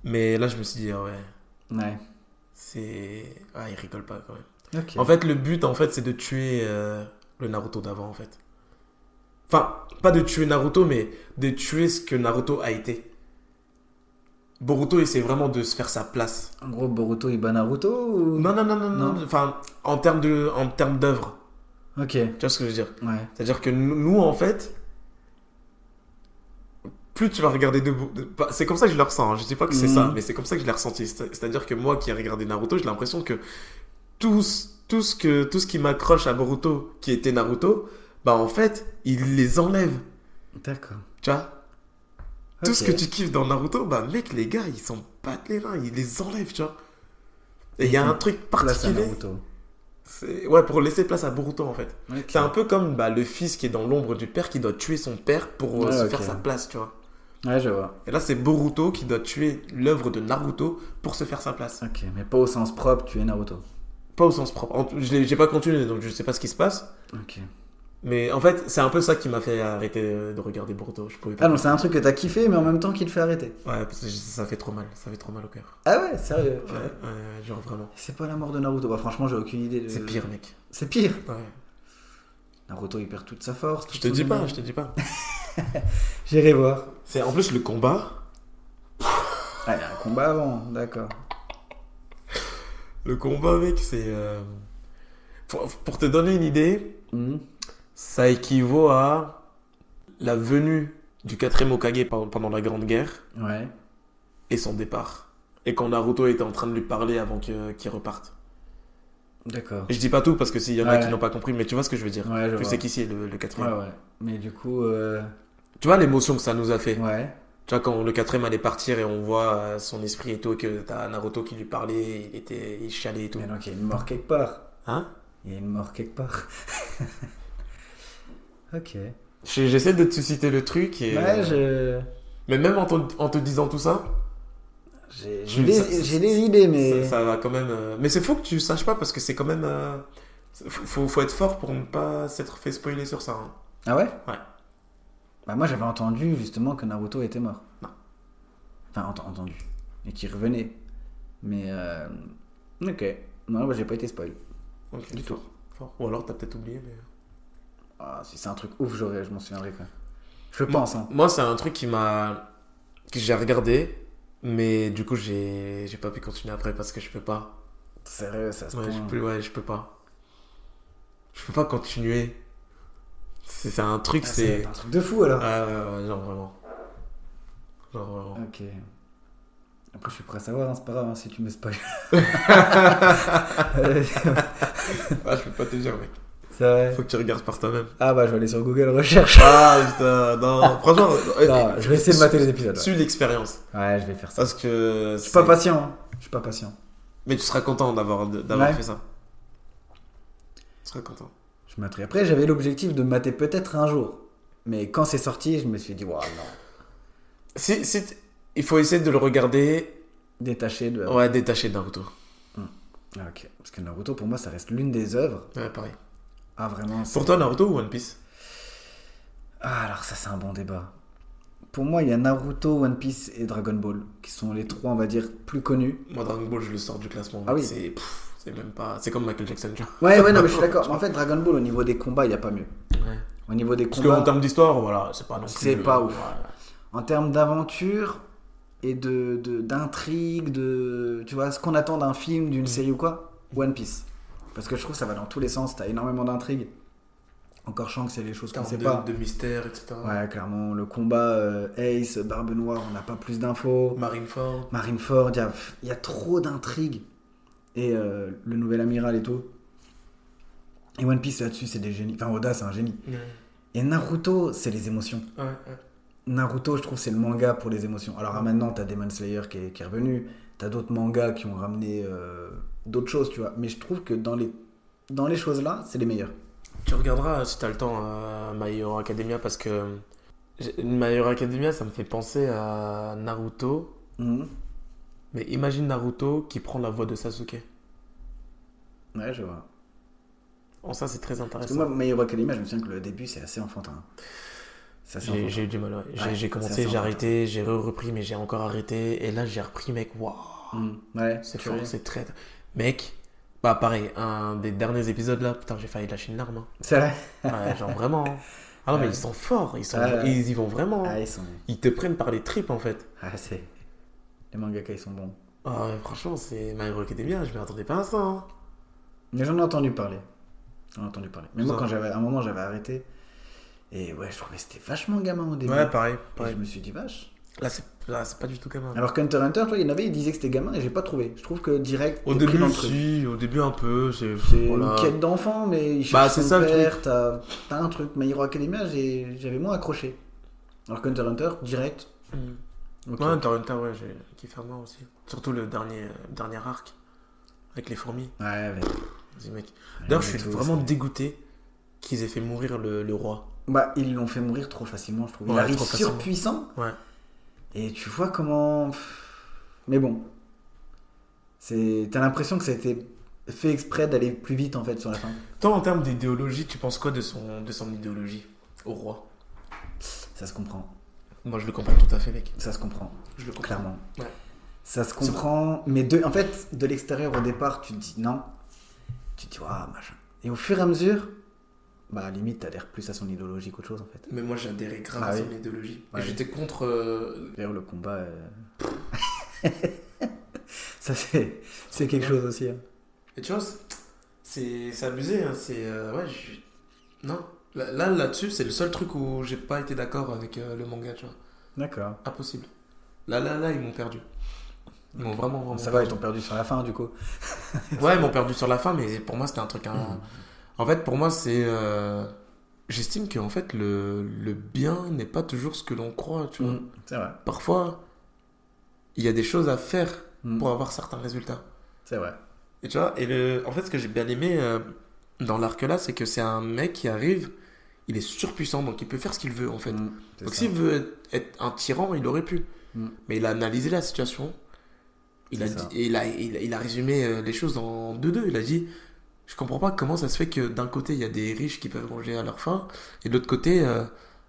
[SPEAKER 1] Mais là, je me suis dit, ah ouais,
[SPEAKER 2] Ouais.
[SPEAKER 1] c'est. Ah, il rigole pas quand même.
[SPEAKER 2] Ok.
[SPEAKER 1] En fait, le but, en fait, c'est de tuer euh, le Naruto d'avant, en fait. Enfin, pas de tuer Naruto, mais de tuer ce que Naruto a été. Boruto essaie vraiment de se faire sa place.
[SPEAKER 2] En gros, Boruto il bat Naruto ou...
[SPEAKER 1] Non, non, non, non, non.
[SPEAKER 2] Non.
[SPEAKER 1] Enfin, en termes de, en termes d'œuvre.
[SPEAKER 2] Ok.
[SPEAKER 1] Tu vois ce que je veux dire
[SPEAKER 2] Ouais.
[SPEAKER 1] C'est-à-dire que nous- nous, en fait, plus tu vas regarder debout. de- pas- C'est comme ça que je le ressens. hein. Je dis pas que c'est
[SPEAKER 2] Mhm.
[SPEAKER 1] ça, mais c'est comme ça que je l'ai ressenti. C'est- C'est-à-dire que moi qui ai regardé Naruto, j'ai l'impression que tout, ce- tout, ce que tout ce qui m'accroche à Boruto, qui était Naruto, bah en fait, il les enlève.
[SPEAKER 2] D'accord.
[SPEAKER 1] Tu vois Tout ce
[SPEAKER 2] Ok.
[SPEAKER 1] que tu kiffes dans Naruto, bah mec, les gars, ils s'en battent les reins, ils les enlèvent, tu vois. Et il y a un truc
[SPEAKER 2] Mhm. Place à
[SPEAKER 1] particulier.
[SPEAKER 2] Naruto.
[SPEAKER 1] c'est- Ouais, pour laisser place à Boruto en fait.
[SPEAKER 2] Ok.
[SPEAKER 1] C'est un peu comme bah, le fils qui est dans l'ombre du père qui doit tuer son père pour euh,
[SPEAKER 2] Ouais,
[SPEAKER 1] se
[SPEAKER 2] ok.
[SPEAKER 1] faire sa place, tu vois.
[SPEAKER 2] Ouais, je vois.
[SPEAKER 1] Et là, c'est Boruto qui doit tuer l'œuvre de Naruto pour se faire sa place.
[SPEAKER 2] Ok, mais pas au sens propre, tu es Naruto.
[SPEAKER 1] Pas au sens propre. En- je l'ai- J'ai pas continué, donc je sais pas ce qui se passe.
[SPEAKER 2] Ok.
[SPEAKER 1] Mais en fait, c'est un peu ça qui m'a fait arrêter euh, de regarder Boruto. Je pouvais pas.
[SPEAKER 2] Ah non, c'est un truc que t'as kiffé, mais en même temps qui te fait arrêter.
[SPEAKER 1] Ouais, parce que j- ça fait trop mal. Ça fait trop mal au cœur.
[SPEAKER 2] Ah ouais, sérieux
[SPEAKER 1] Ouais, ouais, genre vraiment.
[SPEAKER 2] C'est pas la mort de Naruto. Bah franchement, j'ai aucune idée. de-
[SPEAKER 1] C'est pire, mec.
[SPEAKER 2] C'est pire.
[SPEAKER 1] Ouais.
[SPEAKER 2] Naruto, il perd toute sa force.
[SPEAKER 1] Je
[SPEAKER 2] toute
[SPEAKER 1] te
[SPEAKER 2] son
[SPEAKER 1] dis pas,
[SPEAKER 2] énergie.
[SPEAKER 1] je te dis pas.
[SPEAKER 2] J'irai voir.
[SPEAKER 1] C'est en plus le combat.
[SPEAKER 2] Ah, il y a un combat avant, d'accord.
[SPEAKER 1] Le combat, mec, c'est. euh, Pour, pour te donner une idée,
[SPEAKER 2] Hmm.
[SPEAKER 1] Ça équivaut à la venue du quatrième Hokage pen- pendant la Grande Guerre
[SPEAKER 2] Ouais.
[SPEAKER 1] et son départ. Et quand Naruto était en train de lui parler avant que- qu'il reparte.
[SPEAKER 2] D'accord.
[SPEAKER 1] Et je dis pas tout parce que s'il y en a
[SPEAKER 2] Ouais.
[SPEAKER 1] qui n'ont pas compris, mais tu vois ce que je veux dire.
[SPEAKER 2] Ouais, je
[SPEAKER 1] tu
[SPEAKER 2] vois.
[SPEAKER 1] sais qui c'est le, le
[SPEAKER 2] Ouais,
[SPEAKER 1] quatrième.
[SPEAKER 2] ouais. Mais du coup, euh...
[SPEAKER 1] Tu vois l'émotion que ça nous a fait.
[SPEAKER 2] ouais.
[SPEAKER 1] Tu vois, quand le quatrième allait partir et on voit euh, son esprit et tout, que t'as Naruto qui lui parlait, il était, il chialait et tout.
[SPEAKER 2] Mais donc, il y a une mort quelque part.
[SPEAKER 1] Hein
[SPEAKER 2] Il y a une mort quelque part. ok.
[SPEAKER 1] J'ai- J'essaie de te susciter le truc et. euh,
[SPEAKER 2] Ouais, je.
[SPEAKER 1] Mais même en te, en te disant tout ça,
[SPEAKER 2] J'ai
[SPEAKER 1] Je-
[SPEAKER 2] j'ai des,
[SPEAKER 1] ça- ça-
[SPEAKER 2] j'ai des idées, mais.
[SPEAKER 1] Ça, ça va quand même. euh, Mais c'est faux que tu saches pas parce que c'est quand même. euh, Faut, faut- faut être fort pour ne pas s'être fait spoiler sur ça. hein.
[SPEAKER 2] Ah ouais
[SPEAKER 1] Ouais.
[SPEAKER 2] Bah, moi, j'avais entendu justement que Naruto était mort.
[SPEAKER 1] Non.
[SPEAKER 2] Enfin, ent- entendu. Et qu'il revenait. Mais. euh, Ok. Non, bah, j'ai pas été spoil.
[SPEAKER 1] Donc,
[SPEAKER 2] Du tout.
[SPEAKER 1] fort. Ou alors t'as peut-être oublié. Mais...
[SPEAKER 2] Ah, si c'est un truc ouf, j'aurais- je m'en souviendrai quoi. Je pense, hein.
[SPEAKER 1] Moi, c'est un truc qui m'a. que j'ai regardé. Mais du coup, j'ai j'ai pas pu continuer après parce que je peux pas.
[SPEAKER 2] Sérieux, ça se
[SPEAKER 1] Ouais, je
[SPEAKER 2] prend.
[SPEAKER 1] peux, ouais, je peux pas. Je peux pas continuer. C'est c'est un truc,
[SPEAKER 2] Ah,
[SPEAKER 1] c'est.
[SPEAKER 2] un truc de fou alors.
[SPEAKER 1] Ah, ouais, ouais, genre vraiment. Genre vraiment.
[SPEAKER 2] Ok. Après, je suis prêt à savoir, hein, c'est pas grave hein, si tu me spoil.
[SPEAKER 1] Ah, je peux pas te dire, mec.
[SPEAKER 2] c'est vrai.
[SPEAKER 1] Faut que tu regardes par toi-même.
[SPEAKER 2] Ah bah je vais aller sur Google Recherche.
[SPEAKER 1] Ah putain, non, franchement, euh,
[SPEAKER 2] Non,
[SPEAKER 1] euh,
[SPEAKER 2] je vais essayer de mater les épisodes.
[SPEAKER 1] Suis l'expérience.
[SPEAKER 2] Ouais, je vais faire ça.
[SPEAKER 1] Parce que.
[SPEAKER 2] Je suis
[SPEAKER 1] c'est-
[SPEAKER 2] pas patient. hein. Je suis pas patient.
[SPEAKER 1] Mais tu seras content d'avoir de- d'avoir
[SPEAKER 2] Ouais.
[SPEAKER 1] fait ça. Tu seras content.
[SPEAKER 2] Je m'attrape. Après, j'avais l'objectif de me mater peut-être un jour. Mais quand c'est sorti, je me suis dit, waouh, non.
[SPEAKER 1] Si, si t- il faut essayer de le regarder, euh,
[SPEAKER 2] Détaché de.
[SPEAKER 1] ouais, détaché de Naruto.
[SPEAKER 2] Ah, ok. Parce que Naruto, pour moi, ça reste l'une des œuvres.
[SPEAKER 1] Ouais, pareil.
[SPEAKER 2] Ah, vraiment. c'est-
[SPEAKER 1] Pour toi, Naruto ou One Piece
[SPEAKER 2] Ah, alors ça, c'est un bon débat. Pour moi, il y a Naruto, One Piece et Dragon Ball, qui sont les trois, on va dire, plus connus.
[SPEAKER 1] Moi, Dragon Ball, je le sors du classement.
[SPEAKER 2] Ah oui.
[SPEAKER 1] C'est pff, c'est même pas. C'est comme Michael Jackson, tu vois.
[SPEAKER 2] Ouais, ouais, non, mais je suis d'accord. Mais En fait, Dragon Ball, au niveau des combats, il n'y a pas mieux. Au niveau des
[SPEAKER 1] Parce qu'en
[SPEAKER 2] combats,
[SPEAKER 1] termes d'histoire, voilà, c'est pas non plus.
[SPEAKER 2] C'est
[SPEAKER 1] le-
[SPEAKER 2] pas ouf.
[SPEAKER 1] voilà.
[SPEAKER 2] en termes d'aventure, et de de- d'intrigue, de, tu vois, ce qu'on attend d'un film, d'une série ou quoi, One Piece. Parce que je trouve que ça va dans tous les sens, t'as énormément d'intrigue. Encore chant que c'est les choses qu'on
[SPEAKER 1] termes
[SPEAKER 2] sait
[SPEAKER 1] de,
[SPEAKER 2] pas.
[SPEAKER 1] de mystère, etc.
[SPEAKER 2] Ouais, clairement, le combat euh, Ace, Barbe Noire, on n'a pas plus
[SPEAKER 1] Mm.
[SPEAKER 2] d'infos.
[SPEAKER 1] Marineford.
[SPEAKER 2] Marineford, il y a- il y, a trop d'intrigues. Et euh, le nouvel amiral et tout. Et One Piece là-dessus, c'est des génies. Enfin, Oda, c'est un génie.
[SPEAKER 1] Ouais,
[SPEAKER 2] Et Naruto, c'est les émotions.
[SPEAKER 1] ouais, ouais.
[SPEAKER 2] Naruto, je trouve, c'est le manga pour les émotions. Alors ah, maintenant, t'as Demon Slayer qui est, qui est revenu, t'as d'autres mangas qui ont ramené euh, d'autres choses, tu vois. Mais je trouve que dans les, dans les choses là, c'est les meilleurs.
[SPEAKER 1] Tu regarderas euh, si t'as le temps à My Hero Academia parce que euh, j'ai- My Hero Academia ça me fait penser à Naruto.
[SPEAKER 2] Mhm.
[SPEAKER 1] Mais imagine Naruto qui prend la voix de Sasuke.
[SPEAKER 2] Ouais, je vois.
[SPEAKER 1] En ça c'est très
[SPEAKER 2] Parce que
[SPEAKER 1] intéressant.
[SPEAKER 2] moi, My Hero Academia, je me souviens que le début, c'est assez enfantin. C'est assez
[SPEAKER 1] J'ai
[SPEAKER 2] enfantin.
[SPEAKER 1] j'ai eu du mal, ouais. J'ai-
[SPEAKER 2] Ouais,
[SPEAKER 1] j'ai
[SPEAKER 2] c'est
[SPEAKER 1] commencé,
[SPEAKER 2] assez
[SPEAKER 1] j'ai arrêté, j'ai re- repris, mais j'ai encore arrêté. Et là j'ai repris, mec, waouh.
[SPEAKER 2] Mhm. Ouais,
[SPEAKER 1] C'est fort,
[SPEAKER 2] curieux.
[SPEAKER 1] c'est très. Mec, bah pareil, un des derniers épisodes là, putain, j'ai failli lâcher une larme. hein.
[SPEAKER 2] C'est vrai.
[SPEAKER 1] Ouais, genre vraiment. hein. Ah non, mais
[SPEAKER 2] Ouais.
[SPEAKER 1] ils sont forts, ils, sont...
[SPEAKER 2] Ouais, ouais.
[SPEAKER 1] ils y vont vraiment. hein.
[SPEAKER 2] Ah, ils sont.
[SPEAKER 1] Ils te prennent par les tripes en fait.
[SPEAKER 2] Ah, c'est. Les mangaka, ils sont bons.
[SPEAKER 1] Ah ouais, franchement, c'est My Hero bien, je m'y attendais pas à ça. hein.
[SPEAKER 2] Mais j'en ai entendu parler. J'en ai entendu parler. Mais moi,
[SPEAKER 1] Ça.
[SPEAKER 2] quand j'avais. À un moment, j'avais arrêté. Et ouais, je trouvais que c'était vachement gamin au début.
[SPEAKER 1] pareil.
[SPEAKER 2] Et je me suis dit, vache.
[SPEAKER 1] Là, c'est là, c'est pas du tout comme un.
[SPEAKER 2] Alors qu'Hunter x Hunter, tu vois, il y en avait, ils disaient que c'était gamin et j'ai pas trouvé. Je trouve que direct,
[SPEAKER 1] Au
[SPEAKER 2] t'es pris dans
[SPEAKER 1] début,
[SPEAKER 2] le truc.
[SPEAKER 1] si, au début un peu, c'est.
[SPEAKER 2] C'est
[SPEAKER 1] voilà. Bah,
[SPEAKER 2] une quête d'enfant, mais il cherche
[SPEAKER 1] c'est
[SPEAKER 2] son
[SPEAKER 1] ça le
[SPEAKER 2] père, t'as t'as un truc. Mais Hero Academia, j'ai- j'avais moins accroché. Alors qu'Hunter x Hunter, direct.
[SPEAKER 1] Mm.
[SPEAKER 2] ok.
[SPEAKER 1] Ouais, Hunter x Hunter, ouais, j'ai kiffé moi aussi. Surtout le dernier, euh, dernier arc, avec les fourmis.
[SPEAKER 2] Ouais, ouais.
[SPEAKER 1] Vas-y, mec. D'ailleurs, je
[SPEAKER 2] mais
[SPEAKER 1] suis
[SPEAKER 2] tout,
[SPEAKER 1] vraiment
[SPEAKER 2] c'est-
[SPEAKER 1] dégoûté qu'ils aient fait mourir le, le roi.
[SPEAKER 2] Bah, ils l'ont fait mourir trop facilement, je trouve. Il
[SPEAKER 1] Ouais,
[SPEAKER 2] arrive
[SPEAKER 1] trop facilement.
[SPEAKER 2] surpuissant.
[SPEAKER 1] Ouais.
[SPEAKER 2] Et tu vois comment. Mais bon. C'est- T'as l'impression que ça a été fait exprès d'aller plus vite en fait sur la fin.
[SPEAKER 1] Toi, en termes d'idéologie, tu penses quoi de son, de son idéologie au roi
[SPEAKER 2] Ça se comprend.
[SPEAKER 1] Moi, je le comprends tout à fait, mec.
[SPEAKER 2] Ça se comprend.
[SPEAKER 1] Je le comprends.
[SPEAKER 2] clairement.
[SPEAKER 1] Ouais.
[SPEAKER 2] Ça se comprend, mais de, en fait, de l'extérieur au départ, tu te dis non, tu te dis waouh, machin. Et au fur et à mesure, bah limite, t'adhères plus à son idéologie qu'autre chose en fait.
[SPEAKER 1] Mais moi, j'adhérais grave
[SPEAKER 2] Ah
[SPEAKER 1] à
[SPEAKER 2] oui.
[SPEAKER 1] son idéologie.
[SPEAKER 2] Ouais.
[SPEAKER 1] Et j'étais contre. euh,
[SPEAKER 2] D'ailleurs, le combat, euh, ça c'est, c'est quelque chose aussi. hein.
[SPEAKER 1] Et tu vois, c'est- c'est c'est abusé. hein, C'est. euh, ouais, je- Non. Là- Là, là-dessus, c'est le seul truc où j'ai pas été d'accord avec euh, le manga, tu vois.
[SPEAKER 2] D'accord.
[SPEAKER 1] Impossible. Là, là, là, ils m'ont perdu. Ils m'ont vraiment, vraiment
[SPEAKER 2] Ça va, ils
[SPEAKER 1] perdu.
[SPEAKER 2] t'ont perdu sur la fin du coup.
[SPEAKER 1] Ouais, ils m'ont perdu sur la fin, mais pour moi, c'était un truc. hein. En fait, pour moi, c'est. euh, J'estime que en fait, le, le bien n'est pas toujours ce que l'on croit, tu vois.
[SPEAKER 2] Mm, C'est vrai.
[SPEAKER 1] Parfois, il y a des choses à faire
[SPEAKER 2] Mm,
[SPEAKER 1] pour avoir certains résultats.
[SPEAKER 2] C'est vrai.
[SPEAKER 1] Et tu vois, et le... en fait, ce que j'ai bien aimé euh, dans l'arc là, c'est que c'est un mec qui arrive, il est surpuissant, donc il peut faire ce qu'il veut, en fait.
[SPEAKER 2] Mm, c'est
[SPEAKER 1] Donc
[SPEAKER 2] ça.
[SPEAKER 1] s'il veut être- être un tyran, il aurait pu.
[SPEAKER 2] Mm.
[SPEAKER 1] Mais il a analysé la situation. Il a,
[SPEAKER 2] C'est ça.
[SPEAKER 1] dit- et il, a, il, a- il a résumé euh, les choses en deux-deux. Il a dit Je comprends pas comment ça se fait que d'un côté, il y a des riches qui peuvent manger à leur faim, et de l'autre côté, euh,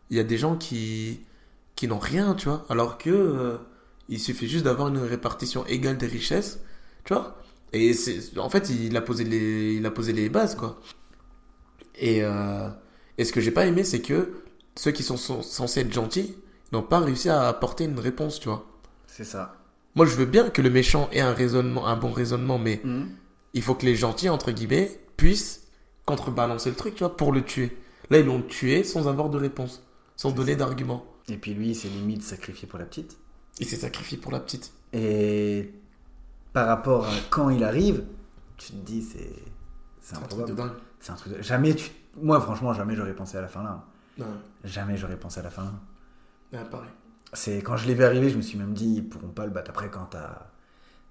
[SPEAKER 1] il y a des gens qui, qui n'ont rien, tu vois. Alors que euh, il suffit juste d'avoir une répartition égale des richesses, tu vois. Et c'est, en fait, il a, posé les, il a posé les bases, quoi. Et, euh, et ce que j'ai pas aimé, c'est que ceux qui sont, sont censés être gentils n'ont pas réussi à apporter une réponse, tu vois.
[SPEAKER 2] C'est ça.
[SPEAKER 1] Moi, je veux bien que le méchant ait un raisonnement, un bon raisonnement, mais
[SPEAKER 2] Mm.
[SPEAKER 1] il faut que les gentils, entre guillemets, puissent contrebalancer le truc, tu vois, pour le tuer. Là, ils l'ont tué sans avoir de réponse, sans
[SPEAKER 2] C'est
[SPEAKER 1] donner
[SPEAKER 2] ça.
[SPEAKER 1] d'argument.
[SPEAKER 2] Et puis lui, c'est limite sacrifié pour la petite.
[SPEAKER 1] Il s'est sacrifié pour la petite.
[SPEAKER 2] Et par rapport à quand il arrive, tu te dis c'est
[SPEAKER 1] C'est
[SPEAKER 2] c'est
[SPEAKER 1] un truc de
[SPEAKER 2] improbable.
[SPEAKER 1] dingue.
[SPEAKER 2] C'est un truc de... jamais tu moi franchement jamais j'aurais pensé à la fin là.
[SPEAKER 1] Non,
[SPEAKER 2] Jamais j'aurais pensé à la fin. là.
[SPEAKER 1] non, pareil.
[SPEAKER 2] C'est quand je l'ai vu arriver, je me suis même dit ils pourront pas le battre après quand t'as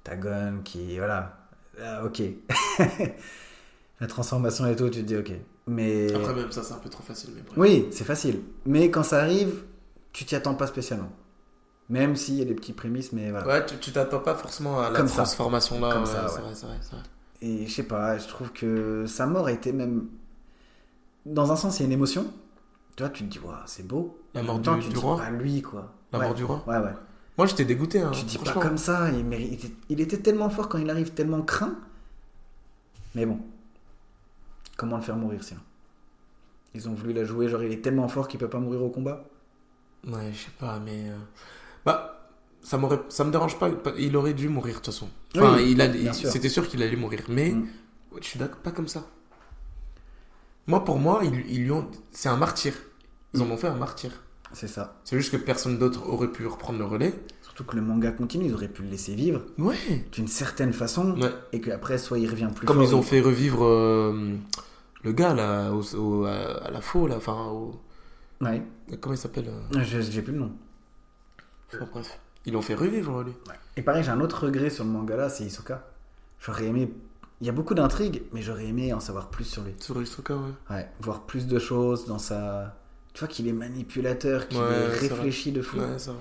[SPEAKER 2] t'as Gon qui voilà. Ah, OK. la transformation et tout, tu te dis OK. Mais
[SPEAKER 1] Après, même ça, c'est un peu trop facile, mais bref.
[SPEAKER 2] oui, c'est facile. Mais quand ça arrive, tu t'y attends pas spécialement. Même s'il y a des petits prémices mais voilà.
[SPEAKER 1] Ouais, tu tu t'attends pas forcément à la
[SPEAKER 2] Comme ça.
[SPEAKER 1] transformation là.
[SPEAKER 2] Comme
[SPEAKER 1] ouais,
[SPEAKER 2] ça,
[SPEAKER 1] c'est
[SPEAKER 2] ouais.
[SPEAKER 1] vrai, c'est vrai, c'est vrai.
[SPEAKER 2] Et je sais pas, je trouve que sa mort a été même. Dans un sens, il y a une émotion. Tu vois, tu te dis, Waouh, c'est beau.
[SPEAKER 1] La
[SPEAKER 2] En
[SPEAKER 1] mort
[SPEAKER 2] même temps,
[SPEAKER 1] du-
[SPEAKER 2] tu
[SPEAKER 1] du
[SPEAKER 2] te dis,
[SPEAKER 1] roi.
[SPEAKER 2] Pas lui, quoi.
[SPEAKER 1] La
[SPEAKER 2] ouais.
[SPEAKER 1] mort du roi.
[SPEAKER 2] Ouais, ouais.
[SPEAKER 1] Moi, j'étais dégoûté. Hein,
[SPEAKER 2] tu te dis pas
[SPEAKER 1] franchement.
[SPEAKER 2] comme ça. Il, mérite- il était... il était tellement fort quand il arrive, tellement craint. Mais bon. Comment le faire mourir, sinon Ils ont voulu la jouer, genre, il est tellement fort qu'il peut pas mourir au combat.
[SPEAKER 1] Ouais, je sais pas, mais. euh, Bah, ça m'aurait ça me dérange pas il aurait dû mourir de toute façon enfin
[SPEAKER 2] Oui,
[SPEAKER 1] il a
[SPEAKER 2] bien sûr.
[SPEAKER 1] c'était sûr qu'il allait mourir mais
[SPEAKER 2] Mm.
[SPEAKER 1] je suis d'accord pas comme ça moi pour moi ils, ils lui ont c'est un martyr ils en ont fait un martyr
[SPEAKER 2] C'est ça.
[SPEAKER 1] c'est juste que personne d'autre aurait pu reprendre le relais
[SPEAKER 2] Surtout que le manga continue, ils auraient pu le laisser vivre
[SPEAKER 1] ouais,
[SPEAKER 2] d'une certaine façon
[SPEAKER 1] Ouais.
[SPEAKER 2] et qu'après, soit il revient plus
[SPEAKER 1] comme
[SPEAKER 2] fort,
[SPEAKER 1] ils ont fait revivre euh, le gars là au, au- à, à la faux là enfin au-
[SPEAKER 2] Ouais,
[SPEAKER 1] comment il s'appelle euh,
[SPEAKER 2] Je- j'ai plus le nom.
[SPEAKER 1] enfin, bref ils l'ont fait revivre lui
[SPEAKER 2] Et pareil, j'ai un autre regret sur le manga là, c'est Hisoka. J'aurais aimé. Il y a beaucoup d'intrigues, mais j'aurais aimé en savoir plus sur lui.
[SPEAKER 1] sur Hisoka ouais
[SPEAKER 2] Ouais, voir plus de choses dans sa. Tu vois qu'il est manipulateur, qu'il
[SPEAKER 1] Ouais,
[SPEAKER 2] est
[SPEAKER 1] c'est vrai.
[SPEAKER 2] réfléchi de fou.
[SPEAKER 1] Ouais, c'est vrai.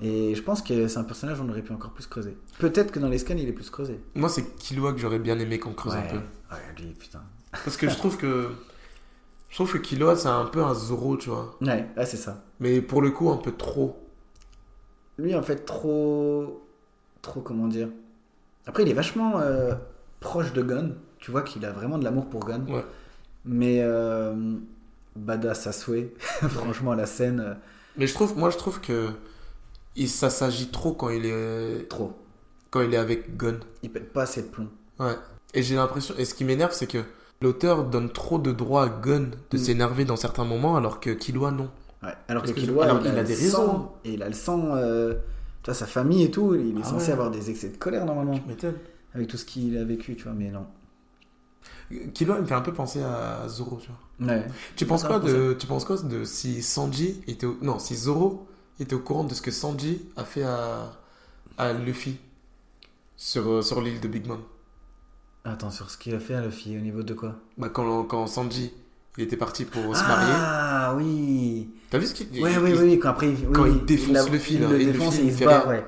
[SPEAKER 2] Et je pense que c'est un personnage on aurait pu encore plus creuser. Peut-être que dans les scans, il est plus creusé.
[SPEAKER 1] moi c'est Killua que j'aurais bien aimé qu'on creuse un
[SPEAKER 2] ouais.
[SPEAKER 1] peu
[SPEAKER 2] Ouais, lui, putain.
[SPEAKER 1] Parce que je trouve que. Je trouve que Killua, c'est un peu un Zoro, tu vois.
[SPEAKER 2] Ouais, ouais, c'est ça.
[SPEAKER 1] Mais pour le coup, un peu trop.
[SPEAKER 2] Lui, en fait, trop. Trop, comment dire. Après, il est vachement euh, proche de Gon. Tu vois qu'il a vraiment de l'amour pour Gon.
[SPEAKER 1] Ouais.
[SPEAKER 2] Mais. Euh, badass à souhait. Franchement, la scène, euh,
[SPEAKER 1] Mais je trouve, moi, je trouve que. Il, ça s'agit trop quand il est.
[SPEAKER 2] trop.
[SPEAKER 1] Quand il est avec Gon.
[SPEAKER 2] Il pète pas assez de plomb.
[SPEAKER 1] Ouais. Et j'ai l'impression. Et ce qui m'énerve, c'est que. L'auteur donne trop de droit à Gon de
[SPEAKER 2] Mm.
[SPEAKER 1] s'énerver dans certains moments, alors que Killua, non.
[SPEAKER 2] Ouais. Alors
[SPEAKER 1] Parce
[SPEAKER 2] que
[SPEAKER 1] que-
[SPEAKER 2] Killua,
[SPEAKER 1] alors,
[SPEAKER 2] il, a des
[SPEAKER 1] raisons.
[SPEAKER 2] Et il a le sang. euh, tu vois, sa famille et tout. Il est
[SPEAKER 1] Ah
[SPEAKER 2] censé
[SPEAKER 1] ouais.
[SPEAKER 2] avoir des excès de colère normalement.
[SPEAKER 1] m'étonnes.
[SPEAKER 2] Avec tout ce qu'il a vécu, tu vois, mais non.
[SPEAKER 1] Killua, il me fait un peu penser à Zoro, tu vois.
[SPEAKER 2] Ouais.
[SPEAKER 1] Tu penses
[SPEAKER 2] D'accord,
[SPEAKER 1] quoi de. Tu penses quoi de si Sanji était. au- Non, si Zoro était au courant de ce que Sanji a fait à. à Luffy. Sur, euh, sur l'île de Big Mom.
[SPEAKER 2] Attends, sur ce qu'il a fait à Luffy, au niveau de quoi
[SPEAKER 1] Bah, quand, quand Sanji, il était parti pour se marier.
[SPEAKER 2] Ah oui
[SPEAKER 1] T'as vu ce qu'il.
[SPEAKER 2] Ouais,
[SPEAKER 1] il-
[SPEAKER 2] oui,
[SPEAKER 1] il-
[SPEAKER 2] oui, quand après il, oui,
[SPEAKER 1] quand il
[SPEAKER 2] oui,
[SPEAKER 1] défonce
[SPEAKER 2] la-
[SPEAKER 1] Luffy,
[SPEAKER 2] il
[SPEAKER 1] là,
[SPEAKER 2] le
[SPEAKER 1] et
[SPEAKER 2] défonce
[SPEAKER 1] Luffy,
[SPEAKER 2] et
[SPEAKER 1] il
[SPEAKER 2] il se
[SPEAKER 1] fait
[SPEAKER 2] barre,
[SPEAKER 1] rien.
[SPEAKER 2] ouais.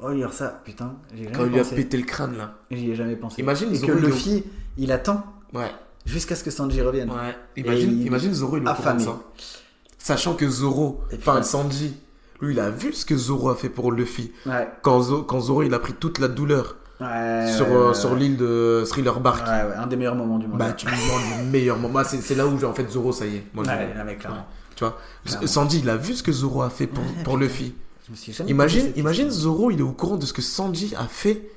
[SPEAKER 2] Oh, il y a ça, putain, j'y ai jamais
[SPEAKER 1] Quand il lui a
[SPEAKER 2] pensé.
[SPEAKER 1] pété le crâne, là.
[SPEAKER 2] J'y ai jamais pensé.
[SPEAKER 1] Imagine,
[SPEAKER 2] et
[SPEAKER 1] ils
[SPEAKER 2] que
[SPEAKER 1] auraient eu le-
[SPEAKER 2] Luffy, il attend
[SPEAKER 1] Ouais.
[SPEAKER 2] jusqu'à ce que Sanji revienne.
[SPEAKER 1] Ouais. Imagine,
[SPEAKER 2] il-
[SPEAKER 1] imagine Zoro, il est au courant de
[SPEAKER 2] affamé.
[SPEAKER 1] ça. Sachant que Zoro.
[SPEAKER 2] Et puis,
[SPEAKER 1] Enfin,
[SPEAKER 2] ouais.
[SPEAKER 1] Sanji. Lui, il a vu ce que Zoro a fait pour Luffy.
[SPEAKER 2] Ouais.
[SPEAKER 1] Quand, Zo- quand Zoro, il a pris toute la douleur
[SPEAKER 2] Ouais,
[SPEAKER 1] sur,
[SPEAKER 2] ouais,
[SPEAKER 1] euh,
[SPEAKER 2] ouais,
[SPEAKER 1] sur
[SPEAKER 2] ouais.
[SPEAKER 1] l'île de Thriller Bark.
[SPEAKER 2] Ouais, ouais, un des meilleurs moments du monde.
[SPEAKER 1] Bah, tu me demandes le meilleur moment. Moi, C'est c'est là où, en fait, Zoro, ça y est. Moi, je-
[SPEAKER 2] ouais, non, mais clairement.
[SPEAKER 1] Tu vois,
[SPEAKER 2] Clairement.
[SPEAKER 1] Sandy, il a vu ce que Zoro a fait pour,
[SPEAKER 2] Ouais,
[SPEAKER 1] pour
[SPEAKER 2] putain.
[SPEAKER 1] Luffy.
[SPEAKER 2] Je me suis jamais posé
[SPEAKER 1] Imagine,
[SPEAKER 2] cette
[SPEAKER 1] imagine
[SPEAKER 2] question.
[SPEAKER 1] Zoro, il est au courant de ce que Sanji a fait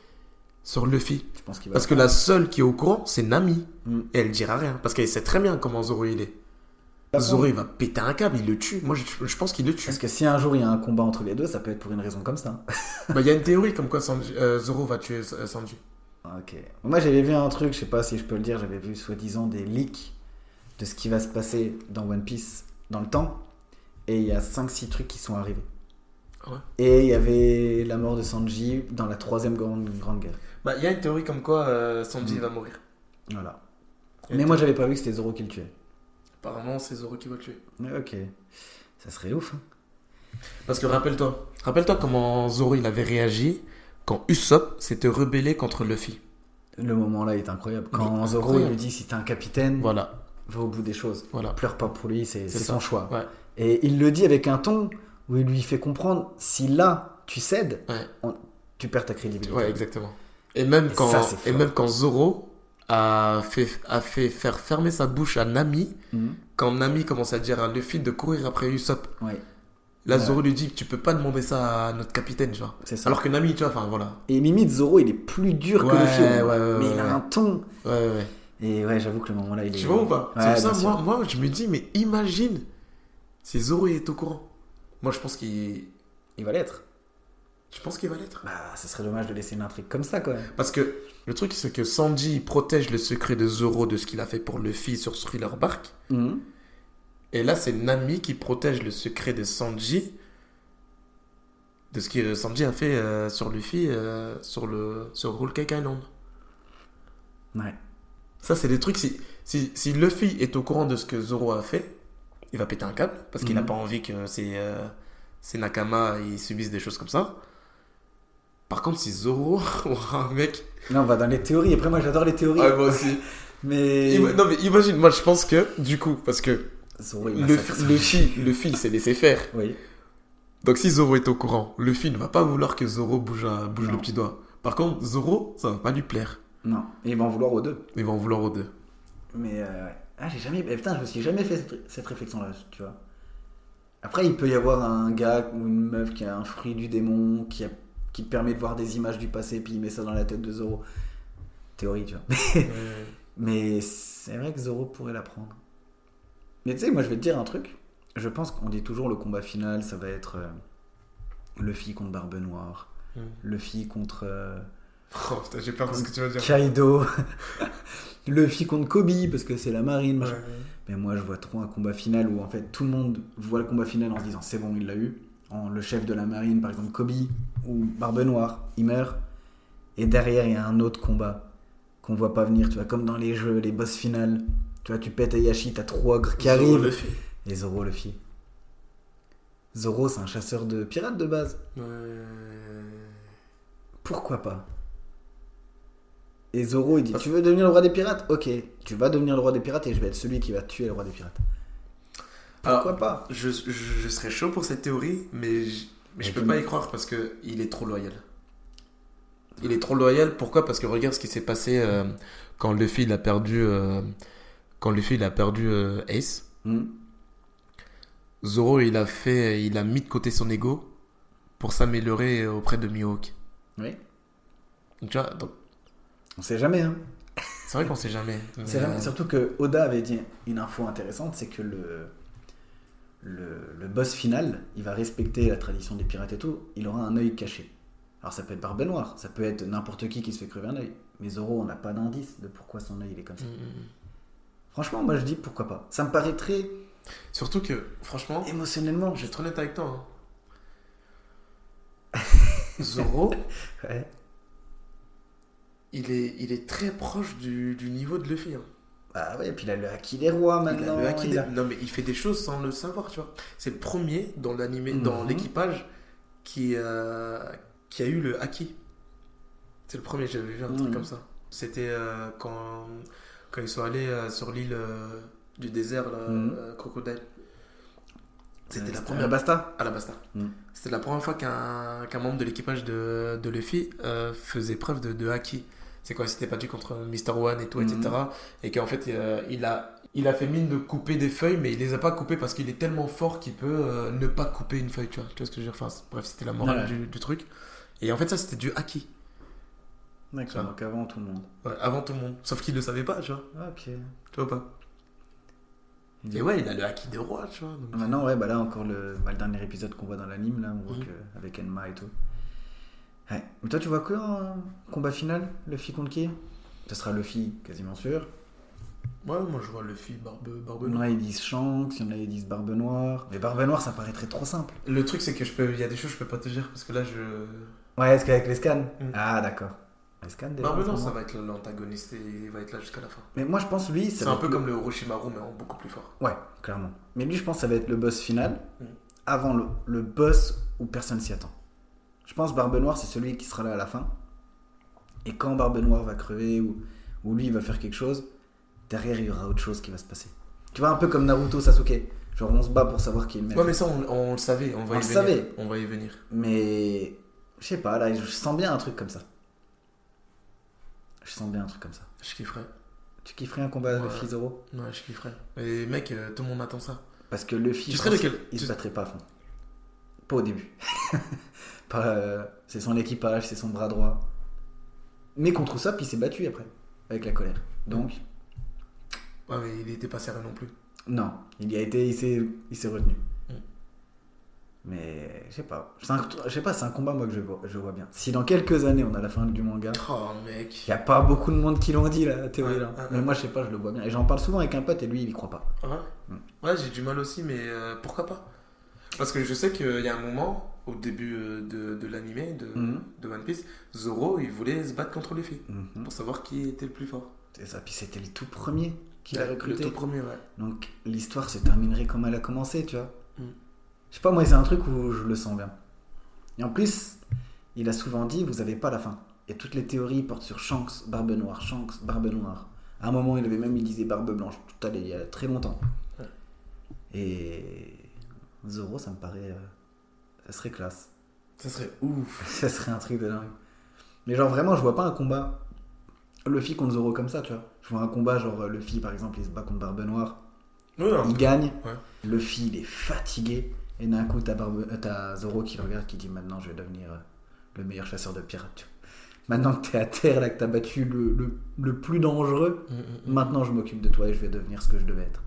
[SPEAKER 1] sur Luffy.
[SPEAKER 2] Je pense qu'il va.
[SPEAKER 1] Parce que la seule qui est au courant, c'est Nami.
[SPEAKER 2] Mm.
[SPEAKER 1] Et elle dira rien, parce qu'elle sait très bien comment Zoro il est.
[SPEAKER 2] Par contre,
[SPEAKER 1] Zoro, il va péter un câble, il le tue. Moi, je, je pense qu'il le tue.
[SPEAKER 2] Parce que si un jour il y a un combat entre les deux, ça peut être pour une raison comme ça.
[SPEAKER 1] Bah, il y a une théorie comme quoi Sanji- euh, Zoro va tuer euh, Sanji.
[SPEAKER 2] Ah, Ok. Moi, j'avais vu un truc, je sais pas si je peux le dire, j'avais vu soi-disant des leaks de ce qui va se passer dans One Piece dans le temps. Et il y a 5-6 trucs qui sont arrivés.
[SPEAKER 1] Ah ouais.
[SPEAKER 2] Et il y avait la mort de Sanji dans la troisième grande, grande guerre.
[SPEAKER 1] Bah, il y a une théorie comme quoi euh, Sanji
[SPEAKER 2] Mm.
[SPEAKER 1] va mourir.
[SPEAKER 2] Voilà.
[SPEAKER 1] Et
[SPEAKER 2] Mais moi, j'avais pas vu que c'était Zoro qui le tuait.
[SPEAKER 1] Apparemment, c'est Zoro qui va le tuer.
[SPEAKER 2] Mais ok. Ça serait ouf. hein.
[SPEAKER 1] Parce que rappelle-toi, rappelle-toi comment Zoro il avait réagi quand Usopp s'était rebellé contre Luffy.
[SPEAKER 2] Le moment là est incroyable. Quand
[SPEAKER 1] Mais
[SPEAKER 2] Zoro
[SPEAKER 1] incroyable.
[SPEAKER 2] il lui dit si t'es un capitaine,
[SPEAKER 1] Voilà,
[SPEAKER 2] va au bout des choses.
[SPEAKER 1] voilà.
[SPEAKER 2] Pleure pas pour lui, c'est
[SPEAKER 1] C'est
[SPEAKER 2] c'est
[SPEAKER 1] ça.
[SPEAKER 2] son choix.
[SPEAKER 1] Ouais.
[SPEAKER 2] Et il le dit avec un ton où il lui fait comprendre si là tu cèdes,
[SPEAKER 1] Ouais.
[SPEAKER 2] on- tu perds ta crédibilité.
[SPEAKER 1] Ouais, exactement. Et même
[SPEAKER 2] Et
[SPEAKER 1] quand,
[SPEAKER 2] ça, c'est
[SPEAKER 1] et
[SPEAKER 2] fort.
[SPEAKER 1] même quand Zoro a fait, a fait faire fermer sa bouche à Nami,
[SPEAKER 2] Mhm.
[SPEAKER 1] quand Nami commence à dire à Luffy de courir après Usopp,
[SPEAKER 2] Ouais,
[SPEAKER 1] là
[SPEAKER 2] Ouais.
[SPEAKER 1] Zoro lui dit tu peux pas demander ça à notre capitaine, tu vois.
[SPEAKER 2] c'est ça.
[SPEAKER 1] Alors que Nami, tu vois, enfin voilà.
[SPEAKER 2] Et limite, Zoro, il est plus dur que
[SPEAKER 1] Ouais,
[SPEAKER 2] le film.
[SPEAKER 1] ouais, ouais,
[SPEAKER 2] mais
[SPEAKER 1] ouais,
[SPEAKER 2] il
[SPEAKER 1] ouais.
[SPEAKER 2] a un ton.
[SPEAKER 1] Ouais, ouais, ouais.
[SPEAKER 2] Et ouais, j'avoue que le moment là, il est.
[SPEAKER 1] Tu vois ou pas
[SPEAKER 2] Ouais,
[SPEAKER 1] C'est pour ça,
[SPEAKER 2] bien sûr.
[SPEAKER 1] moi, moi, je me dis, mais imagine si Zoro il est au courant. Moi, je pense qu'il.
[SPEAKER 2] Il va l'être.
[SPEAKER 1] Je pense qu'il va l'être.
[SPEAKER 2] Bah, ce serait dommage de laisser une intrigue comme ça quand même.
[SPEAKER 1] Parce que le truc, c'est que Sanji il protège le secret de Zoro de ce qu'il a fait pour Luffy sur Thriller Bark.
[SPEAKER 2] Mhm.
[SPEAKER 1] Et là, c'est Nami qui protège le secret de Sanji de ce que Sanji a fait euh, sur Luffy euh, sur le sur Whole Cake Island.
[SPEAKER 2] Ouais.
[SPEAKER 1] Ça, c'est des trucs. Si, si, si Luffy est au courant de ce que Zoro a fait, il va péter un câble parce qu'il n'a
[SPEAKER 2] Mhm.
[SPEAKER 1] pas envie que ses, euh, ses Nakama ils subissent des choses comme ça. Par contre, si Zoro aura un mec.
[SPEAKER 2] Là, on va dans les théories. Après, moi, j'adore les théories.
[SPEAKER 1] Ah, moi aussi.
[SPEAKER 2] Mais.
[SPEAKER 1] Ima- Non mais imagine, moi je pense que du coup, parce que
[SPEAKER 2] Zoro, il
[SPEAKER 1] le,
[SPEAKER 2] massacre.
[SPEAKER 1] Luffy, Luffy il s'est laissé faire.
[SPEAKER 2] Oui.
[SPEAKER 1] Donc si Zoro est au courant, Luffy ne va pas vouloir que Zoro bouge, un- bouge le
[SPEAKER 2] Non.
[SPEAKER 1] petit doigt. Par contre, Zoro, ça va pas lui plaire.
[SPEAKER 2] Non. Et il va en vouloir aux deux.
[SPEAKER 1] Il va en vouloir aux deux.
[SPEAKER 2] Mais euh, ouais. ah, j'ai jamais. eh, putain, je me suis jamais fait cette, cette réflexion-là, tu vois. Après, il peut y avoir un gars ou une meuf qui a un fruit du démon, qui a qui te permet de voir des images du passé, puis il met ça dans la tête de Zoro. Théorie, tu vois.
[SPEAKER 1] Euh,
[SPEAKER 2] Mais c'est vrai que Zoro pourrait la prendre. Mais tu sais, moi je vais te dire un truc. Je pense qu'on dit toujours le combat final, ça va être euh, Luffy contre Barbe Noire,
[SPEAKER 1] Mm.
[SPEAKER 2] Luffy contre euh,
[SPEAKER 1] Oh putain, j'ai peur de ce que tu vas dire.
[SPEAKER 2] Kaido, Luffy contre Kobe parce que c'est la marine.
[SPEAKER 1] Ouais.
[SPEAKER 2] machin. Mais moi je vois trop un combat final où en fait tout le monde voit le combat final en se disant c'est bon, il l'a eu. En, le chef de la marine, par exemple Kobe ou Barbe Noire, il meurt. Et derrière, il y a un autre combat qu'on voit pas venir, tu vois, comme dans les jeux, les boss finales. Tu vois, tu pètes Ayashi, t'as trois ogres qui
[SPEAKER 1] Zoro
[SPEAKER 2] arrivent.
[SPEAKER 1] Luffy.
[SPEAKER 2] Et Zoro Luffy. Zoro, c'est un chasseur de pirates de base.
[SPEAKER 1] Ouais.
[SPEAKER 2] Pourquoi pas Et Zoro, il dit Tu veux devenir le roi des pirates Ok, tu vas devenir le roi des pirates et je vais être celui qui va tuer le roi des pirates.
[SPEAKER 1] Alors, Ah.
[SPEAKER 2] Pourquoi pas
[SPEAKER 1] je, je, je serais chaud pour cette théorie, mais je, mais je
[SPEAKER 2] Mais
[SPEAKER 1] peux
[SPEAKER 2] tu-
[SPEAKER 1] pas y croire parce que il est trop loyal. Il est trop loyal, pourquoi Parce que regarde ce qui s'est passé euh, quand Luffy il a perdu, euh, quand Luffy il a perdu euh, Ace.
[SPEAKER 2] Hmm
[SPEAKER 1] Zoro il a fait, il a mis de côté son ego pour s'améliorer auprès de Mihawk.
[SPEAKER 2] Oui.
[SPEAKER 1] Tu vois, donc
[SPEAKER 2] On sait jamais, hein.
[SPEAKER 1] c'est vrai qu'on sait jamais.
[SPEAKER 2] On sait
[SPEAKER 1] Mais,
[SPEAKER 2] jamais.
[SPEAKER 1] euh,
[SPEAKER 2] Surtout que Oda avait dit une info intéressante c'est que le, le, le boss final, il va respecter la tradition des pirates et tout, il aura un œil caché. Alors ça peut être Barbe Noire, ça peut être n'importe qui qui se fait crever un œil. Mais Zoro, on n'a pas d'indice de pourquoi son œil il est comme ça.
[SPEAKER 1] mm, mm.
[SPEAKER 2] Franchement, moi je dis pourquoi pas. Ça me paraît très
[SPEAKER 1] Surtout que, franchement,
[SPEAKER 2] émotionnellement.
[SPEAKER 1] je
[SPEAKER 2] Je...
[SPEAKER 1] vais être honnête avec toi. hein. Zoro,
[SPEAKER 2] Ouais.
[SPEAKER 1] il est, il est très proche du, du niveau de Luffy. hein.
[SPEAKER 2] Ah ouais, puis il a le acquis des rois
[SPEAKER 1] Il a
[SPEAKER 2] maintenant.
[SPEAKER 1] le haki
[SPEAKER 2] Bah, il
[SPEAKER 1] des-
[SPEAKER 2] a-
[SPEAKER 1] Non, mais il fait des choses sans le savoir, tu vois. C'est le premier dans l'animé, dans
[SPEAKER 2] Mhm.
[SPEAKER 1] l'équipage qui, euh, qui a eu le haki. C'est le premier, j'avais vu un
[SPEAKER 2] Mhm.
[SPEAKER 1] truc comme ça. C'était euh, quand, quand ils sont allés euh, sur l'île euh, du désert, là,
[SPEAKER 2] Mhm.
[SPEAKER 1] euh, Crocodile. C'était
[SPEAKER 2] Euh,
[SPEAKER 1] la première
[SPEAKER 2] Basta.
[SPEAKER 1] à la Basta.
[SPEAKER 2] Mm.
[SPEAKER 1] C'était la première fois qu'un qu'un membre de l'équipage de, de Luffy euh, faisait preuve de, de haki. C'est quoi, il s'était battu contre Mr. One et tout,
[SPEAKER 2] Mhm.
[SPEAKER 1] etc. Et qu'en fait, euh, il, a, il a fait mine de couper des feuilles, mais il les a pas coupées parce qu'il est tellement fort qu'il peut euh, ne pas couper une feuille, tu vois. Tu vois ce que je veux dire Enfin, c'est- Bref, c'était la morale
[SPEAKER 2] Ouais.
[SPEAKER 1] du, du truc. Et en fait, ça, c'était du haki.
[SPEAKER 2] D'accord.
[SPEAKER 1] Ça.
[SPEAKER 2] Donc avant tout le monde.
[SPEAKER 1] Ouais, avant tout le monde. Sauf qu'il le savait pas, tu vois.
[SPEAKER 2] Ok.
[SPEAKER 1] Tu vois pas Et ouais, il a le haki de roi, tu vois. donc-
[SPEAKER 2] Maintenant, ouais, bah là encore le, bah, le dernier épisode qu'on voit dans l'anime, là, on voit
[SPEAKER 1] Mhm.
[SPEAKER 2] que, avec Enma et tout. Ouais. Mais toi, tu vois quoi en combat final Luffy contre qui Ce sera Luffy, quasiment sûr.
[SPEAKER 1] Ouais, moi, je vois Luffy, barbe, barbe
[SPEAKER 2] Il y en a, ils disent Shanks, il y en a, ils disent Barbe Noire. Mais Barbe Noire, ça paraîtrait trop simple.
[SPEAKER 1] Le truc, c'est que je peux, il y a des choses que je peux pas te dire parce que là, je.
[SPEAKER 2] Ouais, est-ce qu'avec les scans
[SPEAKER 1] Mhm.
[SPEAKER 2] Ah, d'accord. Les scans déjà
[SPEAKER 1] Barbe
[SPEAKER 2] en ce
[SPEAKER 1] Noire, Bah, ça
[SPEAKER 2] moment.
[SPEAKER 1] va être l'antagoniste et il va être là jusqu'à la fin.
[SPEAKER 2] Mais moi, je pense, lui, ça
[SPEAKER 1] C'est
[SPEAKER 2] va
[SPEAKER 1] un
[SPEAKER 2] être
[SPEAKER 1] peu
[SPEAKER 2] le-
[SPEAKER 1] comme le Orochimaru, mais en beaucoup plus fort.
[SPEAKER 2] Ouais, clairement. Mais lui, je pense que ça va être le boss final,
[SPEAKER 1] Mm.
[SPEAKER 2] avant le, le boss où personne s'y attend. Je pense Barbe Noire, c'est celui qui sera là à la fin. Et quand Barbe Noire va crever ou, ou lui il va faire quelque chose, derrière il y aura autre chose qui va se passer. Tu vois, un peu comme Naruto Sasuke. Genre, on se bat pour savoir qui est le Ah, maître.
[SPEAKER 1] Ouais, mais ça, on, on le savait, on va
[SPEAKER 2] On
[SPEAKER 1] y
[SPEAKER 2] le
[SPEAKER 1] venir.
[SPEAKER 2] savait.
[SPEAKER 1] On va y venir.
[SPEAKER 2] Mais je sais pas, là, je sens bien un truc comme ça. Je sens bien un truc comme ça.
[SPEAKER 1] Je kifferais.
[SPEAKER 2] Tu kifferais un combat
[SPEAKER 1] Ouais.
[SPEAKER 2] avec Luffy Zoro
[SPEAKER 1] Ouais, je kifferais. Et mec, euh, tout le monde attend ça.
[SPEAKER 2] Parce que Luffy,
[SPEAKER 1] Tu
[SPEAKER 2] je
[SPEAKER 1] serais
[SPEAKER 2] pense,
[SPEAKER 1] lequel
[SPEAKER 2] il
[SPEAKER 1] Tu-
[SPEAKER 2] se battrait pas à fond. Pas au début. Pas, euh, c'est son équipage, c'est son bras droit. Mais contre ça, puis il s'est battu après, avec la colère. Donc,
[SPEAKER 1] Ouais, mais il était pas sérieux non plus.
[SPEAKER 2] non, il y a été, il s'est, il s'est retenu.
[SPEAKER 1] Mm.
[SPEAKER 2] Mais je sais pas, c'est un, je sais pas, c'est un combat moi que je vois, je vois bien. Si dans quelques années on a la fin du manga,
[SPEAKER 1] Oh, mec.
[SPEAKER 2] il y a pas beaucoup de monde qui l'ont dit la théorie
[SPEAKER 1] Ouais,
[SPEAKER 2] là.
[SPEAKER 1] ouais, ouais.
[SPEAKER 2] Mais moi je sais pas, je le vois bien. Et j'en parle souvent avec un pote et lui il y croit pas.
[SPEAKER 1] Ouais,
[SPEAKER 2] Mm.
[SPEAKER 1] ouais j'ai du mal aussi, mais euh, pourquoi pas Parce que je sais qu'il y a un moment, au début euh, de, de l'animé, de,
[SPEAKER 2] Mhm.
[SPEAKER 1] de One Piece, Zoro, il voulait se battre contre Luffy
[SPEAKER 2] Mhm.
[SPEAKER 1] pour savoir qui était le plus fort.
[SPEAKER 2] C'est ça. Puis c'était le tout premier qui l'a
[SPEAKER 1] Ouais,
[SPEAKER 2] recruté.
[SPEAKER 1] Le tout premier, ouais.
[SPEAKER 2] Donc l'histoire se terminerait comme elle a commencé, tu vois.
[SPEAKER 1] Mm.
[SPEAKER 2] Je sais pas, moi, c'est un truc où je le sens bien. Et en plus, il a souvent dit, vous avez pas la fin. Et toutes les théories portent sur Shanks, Barbe Noire, Shanks, Barbe Noire. À un moment, il avait même, il disait Barbe Blanche, tout à l'heure, il y a très longtemps.
[SPEAKER 1] Ouais.
[SPEAKER 2] Et Zoro, ça me paraît... euh, Ça serait classe.
[SPEAKER 1] Ça serait ouf.
[SPEAKER 2] ça serait un truc de dingue. Mais genre, vraiment, je vois pas un combat Luffy contre Zoro comme ça, tu vois. Je vois un combat genre Luffy, par exemple, il se bat contre Barbe Noire.
[SPEAKER 1] Ouais, un
[SPEAKER 2] Il gagne.
[SPEAKER 1] Ouais.
[SPEAKER 2] Luffy, il est fatigué. Et d'un coup, t'as Barbe... euh, t'as Zoro qui le regarde, qui dit maintenant je vais devenir euh, le meilleur chasseur de pirates. Maintenant que t'es à terre, là, que t'as battu le, le, le plus dangereux, maintenant je m'occupe de toi et je vais devenir ce que je devais être.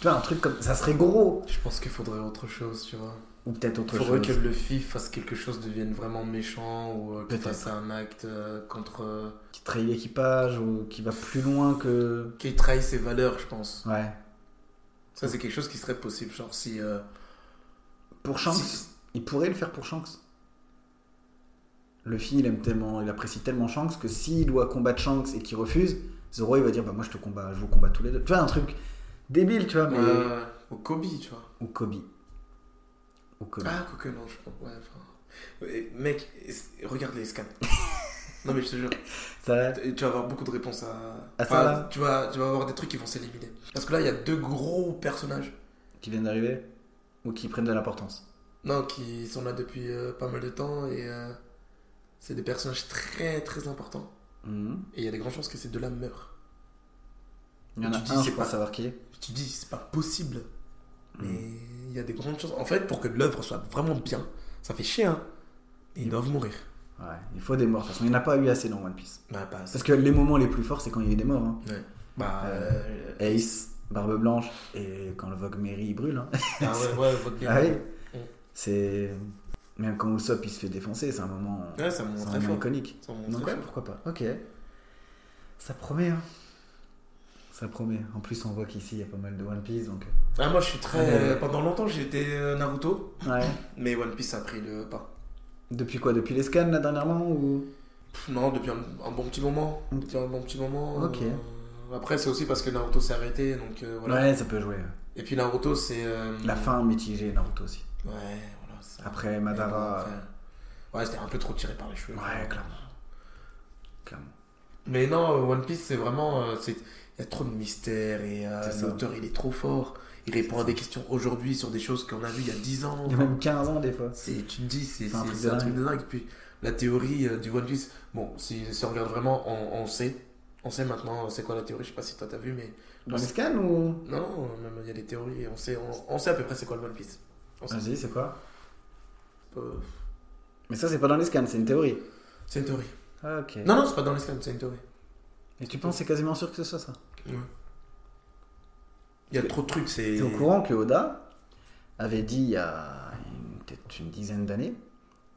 [SPEAKER 2] Tu vois, un truc comme ça serait gros.
[SPEAKER 1] Je pense qu'il faudrait autre chose, tu vois.
[SPEAKER 2] Ou peut-être autre
[SPEAKER 1] Il faudrait
[SPEAKER 2] chose.
[SPEAKER 1] que le FIF fasse quelque chose, devienne vraiment méchant ou euh, qu'il
[SPEAKER 2] Peut-être.
[SPEAKER 1] fasse un acte euh, contre. euh,
[SPEAKER 2] Qui trahit l'équipage ou qui va plus loin que.
[SPEAKER 1] qu'il trahisse ses valeurs, je pense.
[SPEAKER 2] Ouais.
[SPEAKER 1] Ça, c'est quelque chose qui serait possible. Genre, si. euh,
[SPEAKER 2] Pour Shanks,
[SPEAKER 1] Si.
[SPEAKER 2] il pourrait le faire pour Shanks. Luffy, il aime tellement, il apprécie tellement Shanks que s'il doit combattre Shanks et qu'il refuse, Zoro, il va dire Bah, moi je te combats, je vous combats tous les deux. Tu vois, un truc débile, tu vois, mais.
[SPEAKER 1] euh, au Kobe, tu vois.
[SPEAKER 2] Ou Kobe. Ou Kobe.
[SPEAKER 1] Ah, quoique non, je pense. Ouais, enfin. Ouais, Mec, es- regarde les scans. non, mais je te jure,
[SPEAKER 2] Ça va
[SPEAKER 1] tu tu vas avoir beaucoup de réponses à.
[SPEAKER 2] À ça,
[SPEAKER 1] Enfin,
[SPEAKER 2] là
[SPEAKER 1] tu, vas, tu vas avoir des trucs qui vont s'éliminer. Parce que là, il y a deux gros personnages.
[SPEAKER 2] Qui viennent d'arriver Ou qui prennent de l'importance
[SPEAKER 1] Non, qui sont là depuis euh, pas mal de temps et. euh, c'est des personnages très très importants.
[SPEAKER 2] Mhm.
[SPEAKER 1] Et il y a des grandes chances que ces deux-là meurent.
[SPEAKER 2] Il y en a
[SPEAKER 1] Tu dis,
[SPEAKER 2] un,
[SPEAKER 1] c'est
[SPEAKER 2] je crois
[SPEAKER 1] pas-
[SPEAKER 2] savoir qui. est.
[SPEAKER 1] Tu te dis, c'est pas possible. Mais il y a des grandes chances. En fait, pour que l'œuvre soit vraiment bien, ça fait chier, hein. Ils doivent mourir.
[SPEAKER 2] Ouais, il faut des morts. De toute façon, il n'y en a pas eu assez dans One Piece.
[SPEAKER 1] Bah, pas ça.
[SPEAKER 2] Parce que les moments les plus forts, c'est quand il y a eu des morts. hein.
[SPEAKER 1] Bah, euh,
[SPEAKER 2] Ace, Barbe Blanche, et quand le Vogue Mary il brûle. hein.
[SPEAKER 1] ah ouais, ouais, votre
[SPEAKER 2] Ah oui.
[SPEAKER 1] Mm.
[SPEAKER 2] C'est. Même quand Usopp il se fait défoncer, c'est un moment,
[SPEAKER 1] Ouais, ça me
[SPEAKER 2] c'est un
[SPEAKER 1] montre très
[SPEAKER 2] moment
[SPEAKER 1] fort.
[SPEAKER 2] iconique.
[SPEAKER 1] Ça me montre
[SPEAKER 2] Donc
[SPEAKER 1] très
[SPEAKER 2] ouais,
[SPEAKER 1] fort.
[SPEAKER 2] pourquoi pas Ok. Ça promet, hein. Ça promet. En plus, on voit qu'ici il y a pas mal de One Piece donc.
[SPEAKER 1] Ah, moi, je suis très.
[SPEAKER 2] Ouais.
[SPEAKER 1] Pendant longtemps, j'étais euh, Naruto,
[SPEAKER 2] Ouais.
[SPEAKER 1] mais One Piece a pris le pas.
[SPEAKER 2] Depuis quoi Depuis les scans là dernièrement ou
[SPEAKER 1] Pff, non, depuis un, un bon petit moment.
[SPEAKER 2] Ok.
[SPEAKER 1] Depuis un bon petit moment.
[SPEAKER 2] Mm. Ok.
[SPEAKER 1] euh, Après, c'est aussi parce que Naruto s'est arrêté, donc euh, voilà.
[SPEAKER 2] Ouais, ça peut jouer.
[SPEAKER 1] Et puis Naruto, c'est. euh,
[SPEAKER 2] La fin mitigée Naruto aussi.
[SPEAKER 1] Ouais, voilà. ça.
[SPEAKER 2] Après Madara. euh.
[SPEAKER 1] Après, Ouais, c'était un peu trop tiré par les cheveux.
[SPEAKER 2] Ouais, clairement. euh, Clairement.
[SPEAKER 1] Mais non, euh, One Piece, c'est vraiment. euh, c'est- Il y a trop de mystères et euh,
[SPEAKER 2] C'est ça.
[SPEAKER 1] l'auteur, il est trop fort. Il répond à des questions aujourd'hui sur des choses qu'on a vues il y a 10 ans.
[SPEAKER 2] Il y a même 15 ans des fois.
[SPEAKER 1] C'est- Tu te dis, c'est
[SPEAKER 2] C'est un
[SPEAKER 1] c'est-
[SPEAKER 2] truc
[SPEAKER 1] c'est
[SPEAKER 2] de
[SPEAKER 1] un truc de dingue. Puis la théorie euh, du One Piece, bon, si, si on regarde vraiment, on, on sait. On sait maintenant euh, c'est quoi la théorie, je sais pas si toi t'as vu, mais.
[SPEAKER 2] Dans les scans ou
[SPEAKER 1] Non, non, euh, même il y a des théories, et on sait, on, on sait à peu près c'est quoi le One Piece. On sait.
[SPEAKER 2] Vas-y, c'est quoi
[SPEAKER 1] Euh,
[SPEAKER 2] Mais ça, c'est pas dans les scans, c'est une théorie.
[SPEAKER 1] c'est une théorie.
[SPEAKER 2] Ok.
[SPEAKER 1] Non, non, c'est pas dans les scans, c'est une théorie.
[SPEAKER 2] Et tu penses que c'est quasiment sûr que ce soit ça
[SPEAKER 1] Il y a trop de trucs, c'est.
[SPEAKER 2] T'es au courant que Oda avait dit il y a une- peut-être une dizaine d'années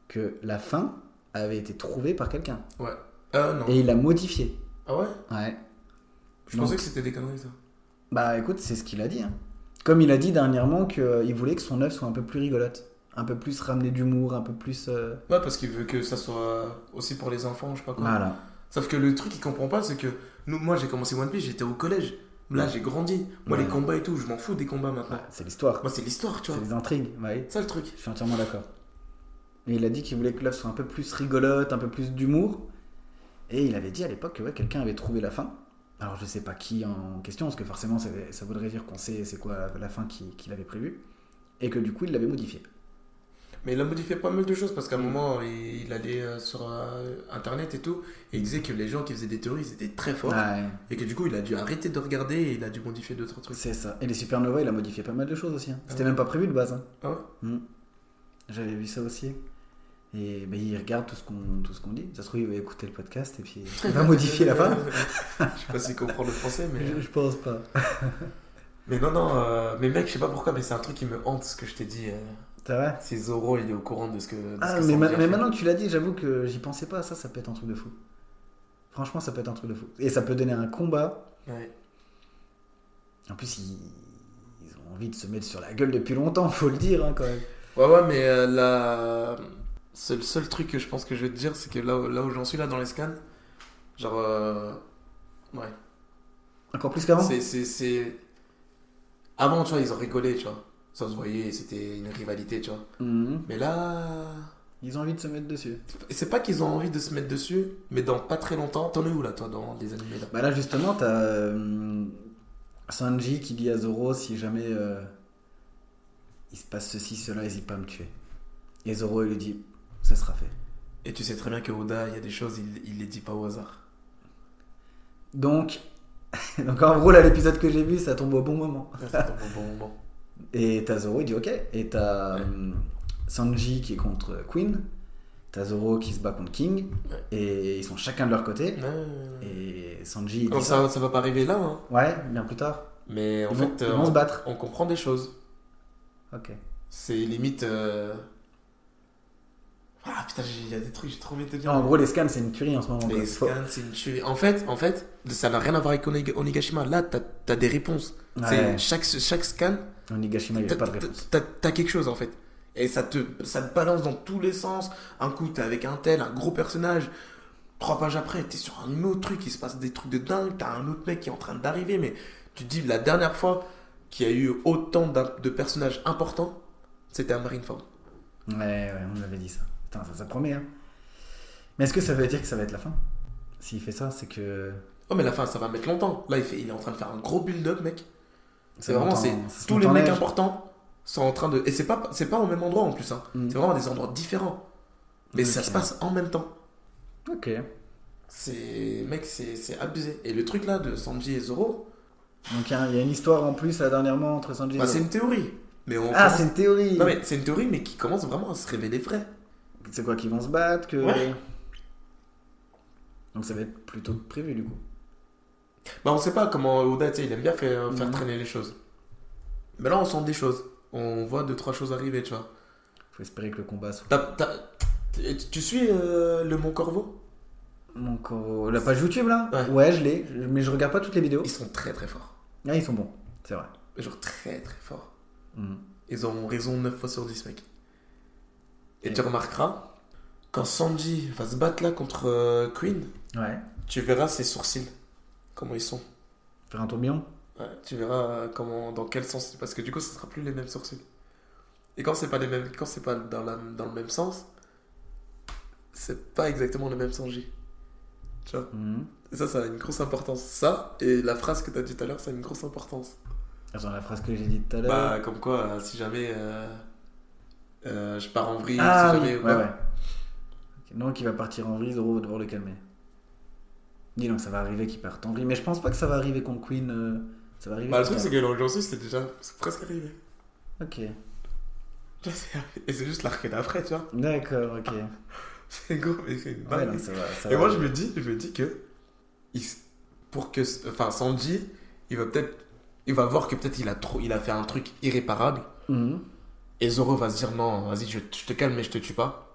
[SPEAKER 2] que la fin avait été trouvée par quelqu'un
[SPEAKER 1] Ah non.
[SPEAKER 2] et il l'a modifiée.
[SPEAKER 1] Ah ouais
[SPEAKER 2] Ouais.
[SPEAKER 1] Je
[SPEAKER 2] Non.
[SPEAKER 1] pensais que c'était des conneries, ça.
[SPEAKER 2] Bah écoute, c'est ce qu'il a dit. hein. Comme il a dit dernièrement qu'il voulait que son œuvre soit un peu plus rigolote, un peu plus ramenée d'humour, un peu plus. euh,
[SPEAKER 1] Ouais, parce qu'il veut que ça soit aussi pour les enfants, je sais pas quoi.
[SPEAKER 2] Voilà.
[SPEAKER 1] Sauf que le truc qu'il comprend pas, c'est que nous, moi j'ai commencé One Piece, j'étais au collège. Là j'ai grandi. Moi
[SPEAKER 2] Ouais.
[SPEAKER 1] les combats et tout, je m'en fous des combats maintenant.
[SPEAKER 2] C'est l'histoire,
[SPEAKER 1] Moi c'est l'histoire, tu
[SPEAKER 2] c'est
[SPEAKER 1] vois.
[SPEAKER 2] les intrigues. Ouais.
[SPEAKER 1] C'est ça le truc.
[SPEAKER 2] Je suis entièrement d'accord. Mais il a dit qu'il voulait que l'œuvre soit un peu plus rigolote, un peu plus d'humour. Et il avait dit à l'époque que ouais, quelqu'un avait trouvé la fin. Alors je sais pas qui en question, parce que forcément ça, ça voudrait dire qu'on sait c'est quoi la, la fin qui- qu'il avait prévue. Et que du coup il l'avait modifiée.
[SPEAKER 1] Mais il a modifié pas mal de choses parce qu'à un
[SPEAKER 2] Mm.
[SPEAKER 1] moment il, il allait euh, sur euh, internet et tout et il disait que les gens qui faisaient des théories ils étaient très forts
[SPEAKER 2] Ouais,
[SPEAKER 1] et que du coup il a dû arrêter de regarder et il a dû modifier d'autres trucs.
[SPEAKER 2] c'est ça. Et les supernovas, il a modifié pas mal de choses aussi. hein. C'était
[SPEAKER 1] Ah.
[SPEAKER 2] même pas prévu de base. hein.
[SPEAKER 1] Ah ouais
[SPEAKER 2] Mm. J'avais vu ça aussi. Et ben, il regarde tout ce qu'on tout ce qu'on dit. Ça se trouve, il va écouter le podcast et puis il va modifier la fin.
[SPEAKER 1] je sais pas s'il comprend le français, mais.
[SPEAKER 2] Je, je pense pas.
[SPEAKER 1] Mais non, non, euh, mais mec, je sais pas pourquoi, mais c'est un truc qui me hante ce que je t'ai dit. euh.
[SPEAKER 2] C'est vrai
[SPEAKER 1] Si Zoro il est au courant de ce que. de ce
[SPEAKER 2] Ah,
[SPEAKER 1] que
[SPEAKER 2] mais,
[SPEAKER 1] Sanji
[SPEAKER 2] ma-
[SPEAKER 1] a
[SPEAKER 2] mais
[SPEAKER 1] fait.
[SPEAKER 2] maintenant que tu l'as dit, j'avoue que j'y pensais pas. Ça, ça peut être un truc de fou. Franchement, ça peut être un truc de fou. Et ça peut donner un combat.
[SPEAKER 1] Ouais.
[SPEAKER 2] En plus, ils, ils ont envie de se mettre sur la gueule depuis longtemps, faut le dire hein, quand même.
[SPEAKER 1] ouais, ouais, mais euh, là. C'est le seul truc que je pense que je vais te dire, c'est que là, où- là où j'en suis, là, dans les scans, genre. euh, Ouais.
[SPEAKER 2] Encore plus qu'avant.
[SPEAKER 1] C'est- C'est. c'est- Avant, tu vois, ils ont rigolé, tu vois. Ça se voyait, c'était une rivalité, tu vois.
[SPEAKER 2] Mhm.
[SPEAKER 1] Mais là.
[SPEAKER 2] Ils ont envie de se mettre dessus.
[SPEAKER 1] C'est pas qu'ils ont envie de se mettre dessus, mais dans pas très longtemps. T'en es où là, toi, dans les animés là
[SPEAKER 2] Bah là, justement, t'as euh, Sanji qui dit à Zoro si jamais euh, il se passe ceci, cela, n'hésite pas à me tuer. Et Zoro, il lui dit ça sera fait.
[SPEAKER 1] Et tu sais très bien que Oda, il y a des choses, il, il les dit pas au hasard.
[SPEAKER 2] Donc, donc en gros, là, l'épisode que j'ai vu, ça tombe au bon moment.
[SPEAKER 1] Ça, Ah, c'est un bon moment.
[SPEAKER 2] Et t'as euh, Zoro, il dit ok. Et t'as
[SPEAKER 1] Ouais.
[SPEAKER 2] hum, Sanji qui est contre Queen, T'as Zoro qui se bat contre King, et ils sont chacun de leur côté. Et Sanji. il
[SPEAKER 1] Non,
[SPEAKER 2] dit
[SPEAKER 1] ça, ça va pas arriver là, hein.
[SPEAKER 2] Ouais, bien plus tard.
[SPEAKER 1] mais en
[SPEAKER 2] ils, vont,
[SPEAKER 1] fait,
[SPEAKER 2] ils
[SPEAKER 1] euh,
[SPEAKER 2] vont se battre.
[SPEAKER 1] on comprend des choses.
[SPEAKER 2] Ok.
[SPEAKER 1] C'est limite. euh, Ah putain, j'ai- il y a des trucs, j'ai trop envie de te dire.
[SPEAKER 2] Non, en gros, les scans, c'est une tuerie en ce moment. quoi.
[SPEAKER 1] Les
[SPEAKER 2] Faut-
[SPEAKER 1] scans, c'est une tuerie. En fait, en fait, ça n'a rien à voir avec Onig- Onigashima. Là, t'as as des réponses.
[SPEAKER 2] Ouais.
[SPEAKER 1] C'est Chaque, chaque scan,
[SPEAKER 2] Onigashima, il n'y
[SPEAKER 1] t'as
[SPEAKER 2] a pas de réponse.
[SPEAKER 1] t'as- t'as quelque chose en fait. Et ça te, ça te balance dans tous les sens. Un coup, t'es avec un tel, un gros personnage. Trois pages après, t'es sur un autre truc, il se passe des trucs de dingue. T'as un autre mec qui est en train d'arriver, mais tu te dis la dernière fois qu'il y a eu autant d'un- de personnages importants, c'était à Marineford.
[SPEAKER 2] Ouais, ouais, on avait dit ça. Putain, ça, ça promet, hein. Mais est-ce que ça veut dire que ça va être la fin S'il fait ça, c'est que.
[SPEAKER 1] Oh, mais la fin, ça va mettre longtemps. Là, il, fait, il est en train de faire un gros build-up, mec. C'est
[SPEAKER 2] monte
[SPEAKER 1] vraiment,
[SPEAKER 2] en-
[SPEAKER 1] c'est
[SPEAKER 2] hein. ça se
[SPEAKER 1] tous
[SPEAKER 2] monte
[SPEAKER 1] les
[SPEAKER 2] en
[SPEAKER 1] mecs
[SPEAKER 2] neige.
[SPEAKER 1] importants sont en train de. Et c'est pas, c'est pas au même endroit en plus, hein.
[SPEAKER 2] Mm.
[SPEAKER 1] C'est vraiment à des endroits différents. Mais ça
[SPEAKER 2] Ok.
[SPEAKER 1] se passe en même temps.
[SPEAKER 2] Ok.
[SPEAKER 1] C'est. Mec, c'est c'est abusé. Et le truc là de Sanji et Zoro,
[SPEAKER 2] Donc il y, a- il y a une histoire en plus là dernièrement entre Sanji et
[SPEAKER 1] bah,
[SPEAKER 2] Zoro.
[SPEAKER 1] c'est une théorie. Mais on.
[SPEAKER 2] Mm. Ah,
[SPEAKER 1] commence-
[SPEAKER 2] c'est une théorie
[SPEAKER 1] Non, mais c'est une théorie, mais qui commence vraiment à se révéler vraie.
[SPEAKER 2] C'est quoi qu'ils vont se battre que...
[SPEAKER 1] Ouais.
[SPEAKER 2] Donc ça va être plutôt prévu du coup.
[SPEAKER 1] Bah, on sait pas comment Oda, tu sais, il aime bien faire, euh, faire
[SPEAKER 2] Mhm.
[SPEAKER 1] traîner les choses. Mais là, on sent des choses. On voit deux, trois choses arriver, tu vois.
[SPEAKER 2] Faut espérer que le combat soit.
[SPEAKER 1] T'as- t'as- Tu tu suis euh, le Mont Corvo
[SPEAKER 2] Donc on- la page YouTube là
[SPEAKER 1] Ouais.
[SPEAKER 2] je l'ai, je- mais je regarde pas toutes les vidéos.
[SPEAKER 1] Ils sont très très forts.
[SPEAKER 2] Ah, ils sont bons, c'est vrai.
[SPEAKER 1] Genre très très forts.
[SPEAKER 2] Mm.
[SPEAKER 1] Ils ont raison 9 fois sur 10, mec. Et
[SPEAKER 2] Et-
[SPEAKER 1] tu remarqueras, quand Sanji va se battre là contre euh, Queen,
[SPEAKER 2] Ouais.
[SPEAKER 1] tu verras ses sourcils. Comment ils sont.
[SPEAKER 2] Faire un tourbillon
[SPEAKER 1] Ouais, tu verras euh, comment, dans quel sens. Parce que du coup, ce sera plus les mêmes sourcils. Et quand c'est pas les mêmes, quand c'est pas dans, la, dans le même sens, c'est pas exactement le même Sanji. Tu vois
[SPEAKER 2] Mm.
[SPEAKER 1] Et ça, ça a une grosse importance. Ça, et la phrase que t'as dit tout à l'heure, ça a une grosse importance.
[SPEAKER 2] Attends, la phrase que j'ai dit tout à l'heure.
[SPEAKER 1] Bah, comme quoi, euh, si jamais euh, euh, je pars en vrille,
[SPEAKER 2] ah,
[SPEAKER 1] si
[SPEAKER 2] oui.
[SPEAKER 1] jamais.
[SPEAKER 2] ouais, ouais. Ok, Donc il va partir en vrille, Zoro va devoir le calmer. Dis donc ça va arriver qu'il parte en vrille, mais je pense pas que ça va arriver contre Queen. euh, Ça va arriver.
[SPEAKER 1] Bah, le
[SPEAKER 2] plus
[SPEAKER 1] truc, c'est que l'aujourd'hui, c'est déjà c'est presque arrivé.
[SPEAKER 2] tard. Ok.
[SPEAKER 1] Tu vois, c'est- Et c'est juste l'arc d'après, tu vois.
[SPEAKER 2] D'accord, ok.
[SPEAKER 1] C'est gros, mais c'est une
[SPEAKER 2] Ouais,
[SPEAKER 1] balle.
[SPEAKER 2] non, ça va, ça
[SPEAKER 1] Ah, bah, Et
[SPEAKER 2] va.
[SPEAKER 1] moi, je me dis, je me dis que. il s- pour que. Enfin, Sanji, il va peut-être. Il va voir que peut-être il, a trop- il a fait un truc irréparable.
[SPEAKER 2] Mhm.
[SPEAKER 1] Et Zoro va se dire non, vas-y, je, je te calme, mais je te tue pas.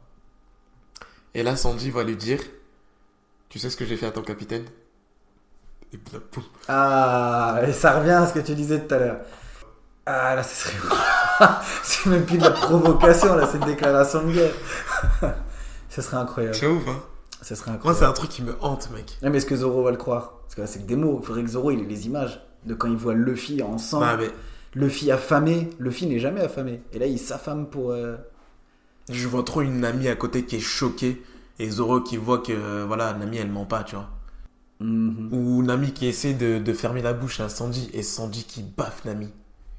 [SPEAKER 1] Et là, Sanji va lui dire Tu sais ce que j'ai fait à ton capitaine Et boum, boum.
[SPEAKER 2] Euh. Ah, et ça revient à ce que tu disais tout à l'heure. Ah, là, ce serait. c'est même plus de la provocation, là, c'est une déclaration de guerre. ce serait incroyable.
[SPEAKER 1] C'est ouf, hein
[SPEAKER 2] Ce serait
[SPEAKER 3] Moi, c'est
[SPEAKER 2] incroyable.
[SPEAKER 3] un truc qui me hante, mec.
[SPEAKER 2] Ouais, mais est-ce que Zoro va le croire Parce que là, c'est que des mots. Il faudrait que Zoro, il ait les images de quand il voit Luffy en sang,
[SPEAKER 3] Bah, mais
[SPEAKER 2] Luffy affamé. Luffy n'est jamais affamé. Et là, il s'affame pour. euh,
[SPEAKER 3] je vois trop une amie à côté qui est choquée et Zoro qui voit que, euh, voilà, Nami, elle ment pas, tu vois.
[SPEAKER 2] mhm.
[SPEAKER 3] Ou Nami qui essaie de, de fermer la bouche à Sanji et Sanji qui baffe Nami.